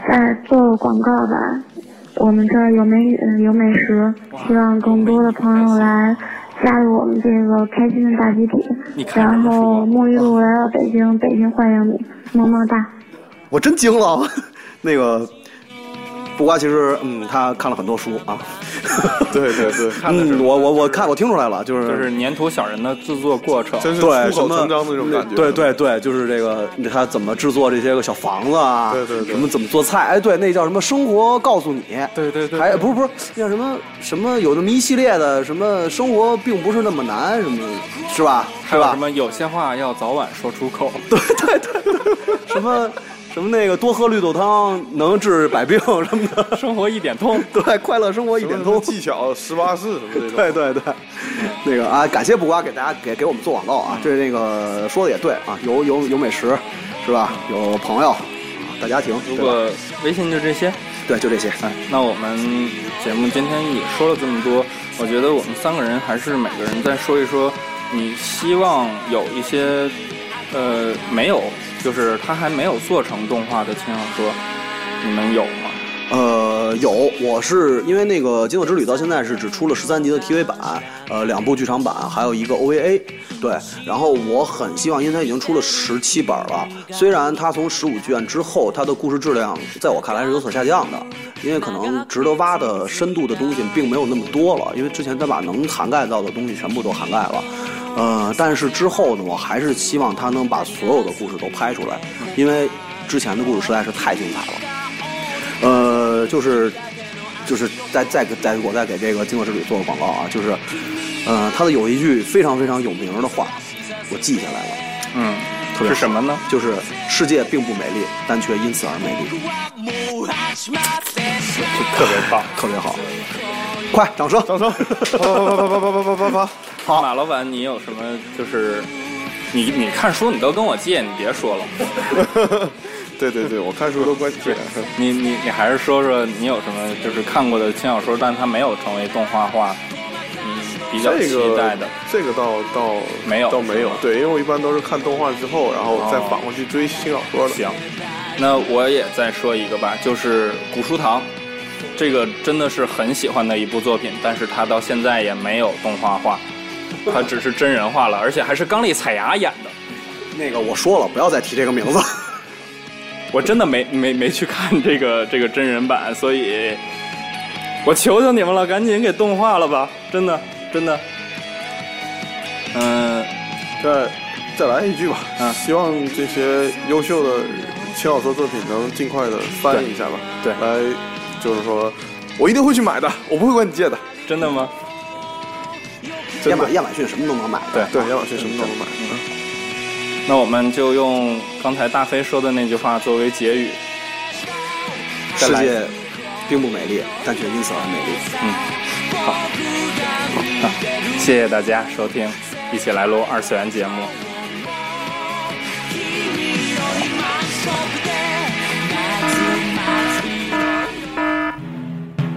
Speaker 14: 再做广告吧，我们这儿有美呃有美食，希望更多的朋友来加入我们这个开心的大集体。然
Speaker 3: 啊
Speaker 14: 后沐浴露来到北京，北京欢迎你，么么哒。
Speaker 6: 我真惊了。 <laughs> 那个不瓜其实嗯，他看了很多书啊。
Speaker 7: 对对对，
Speaker 6: 嗯，我我我看我听出来了，就是
Speaker 3: 就是粘土小人的制作过程，
Speaker 6: 对什么
Speaker 7: 觉
Speaker 6: 对对对，就是这个他怎么制作这些个小房子啊，对对对，什么怎么做菜，哎，对，那叫什么生活告诉你，
Speaker 3: 对对对，
Speaker 6: 还不是不是那叫什么什么有那么一系列的什么生活并不是那么难什么是吧
Speaker 3: 还
Speaker 6: 是
Speaker 3: 有
Speaker 6: 吧
Speaker 3: 什么有些话要早晚说出口。
Speaker 6: 什么。什么那个多喝绿豆汤能治百病什么的，
Speaker 3: 生活一点通，
Speaker 6: 对，快乐生活一点通，
Speaker 7: 技巧十八式什么这种，
Speaker 6: 对对 <laughs> 对，那个啊，感谢不瓜给大家给给我们做广告啊，这那个说的也对啊，有有有美食是吧？有朋友，啊大家庭，
Speaker 3: 如
Speaker 6: 对吧
Speaker 3: 果微信就这些，
Speaker 6: 对，就这些。
Speaker 3: 哎，那我们节目今天也说了这么多，我觉得我们三个人还是每个人再说一说，你希望有一些，呃，没有，就是他还没有做成动画的轻小说，你们有吗？
Speaker 6: 呃，有，我是因为那个《金色之旅》到现在是只出了十三集的 TV 版，呃，两部剧场版，还有一个 OVA，对。然后我很希望，因为它已经出了十七本了，虽然它从十五卷之后，它的故事质量在我看来是有所下降的，因为可能值得挖的深度的东西并没有那么多了，因为之前它把能涵盖到的东西全部都涵盖了。呃，但是之后呢，我还是希望它能把所有的故事都拍出来，因为之前的故事实在是太精彩了。呃，就是就是再再给再我再给这个《金色之旅》做个广告啊，就是，呃，他的有一句非常非常有名的话，我记下来了，
Speaker 3: 嗯，
Speaker 6: 特别
Speaker 3: 是什么呢？
Speaker 6: 就是世界并不美丽，但却因此而美丽，
Speaker 3: 特别棒，
Speaker 6: 特别好。快，掌声！
Speaker 7: <laughs> 掌声！
Speaker 3: 啪
Speaker 7: 啪啪啪啪啪啪啪！
Speaker 3: 好，马老板，你有什么就是，你你看书你都跟我借，你别说了。
Speaker 7: 对对对，我看书都关借。
Speaker 3: 你你你还是说说你有什么就是看过的轻小说，但它没有成为动画化，你比较期待的。
Speaker 7: 这个、这个倒倒
Speaker 3: 没有
Speaker 7: 倒没有
Speaker 3: 是吗，
Speaker 7: 对，因为我一般都是看动画之后，然后再反过去追轻小说的。
Speaker 3: 行，那我也再说一个吧，就是《古书堂》，这个真的是很喜欢的一部作品，但是它到现在也没有动画化，它只是真人化了，而且还是冈丽彩芽演的。
Speaker 6: 那个我说了，不要再提这个名字。
Speaker 3: <laughs> 我真的没没没去看这个这个真人版，所以，我求求你们了，赶紧给动画了吧，真的真的。嗯，
Speaker 7: 再再来一句吧。希望这些优秀的轻小说作品能尽快的翻译一下吧。
Speaker 3: 对，
Speaker 7: 来，就是说，我一定会去买的，我不会管你借的。
Speaker 3: 真的吗？
Speaker 7: 真
Speaker 6: 亚
Speaker 7: 的
Speaker 6: 马亚马逊什么都能买，
Speaker 7: 对对，亚马逊什么都能买。嗯
Speaker 3: 那我们就用刚才大飞说的那句话作为结语。再
Speaker 6: 世
Speaker 3: 来
Speaker 6: 界并不美丽，但却因此而美丽。
Speaker 3: 嗯，好，啊谢谢大家收听《一起来录二次元》节目。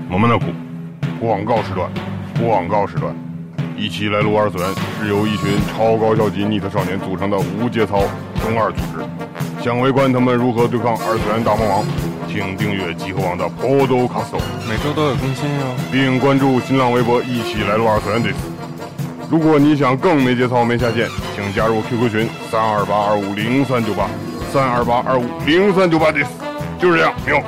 Speaker 15: 萌萌的谷广告时段，广告时段，一起来撸二次元是由一群超高校级逆特少年组成的无节操中二组织。想围观他们如何对抗二次元大魔王，请订阅集合网的 Podcast，每周都有更新哟、并关注新浪微博“一起来撸二次元”队。如果你想更没节操、没下限，请加入 QQ 群三二八二五零三九八三二八二五零三九八，就是这样，没有。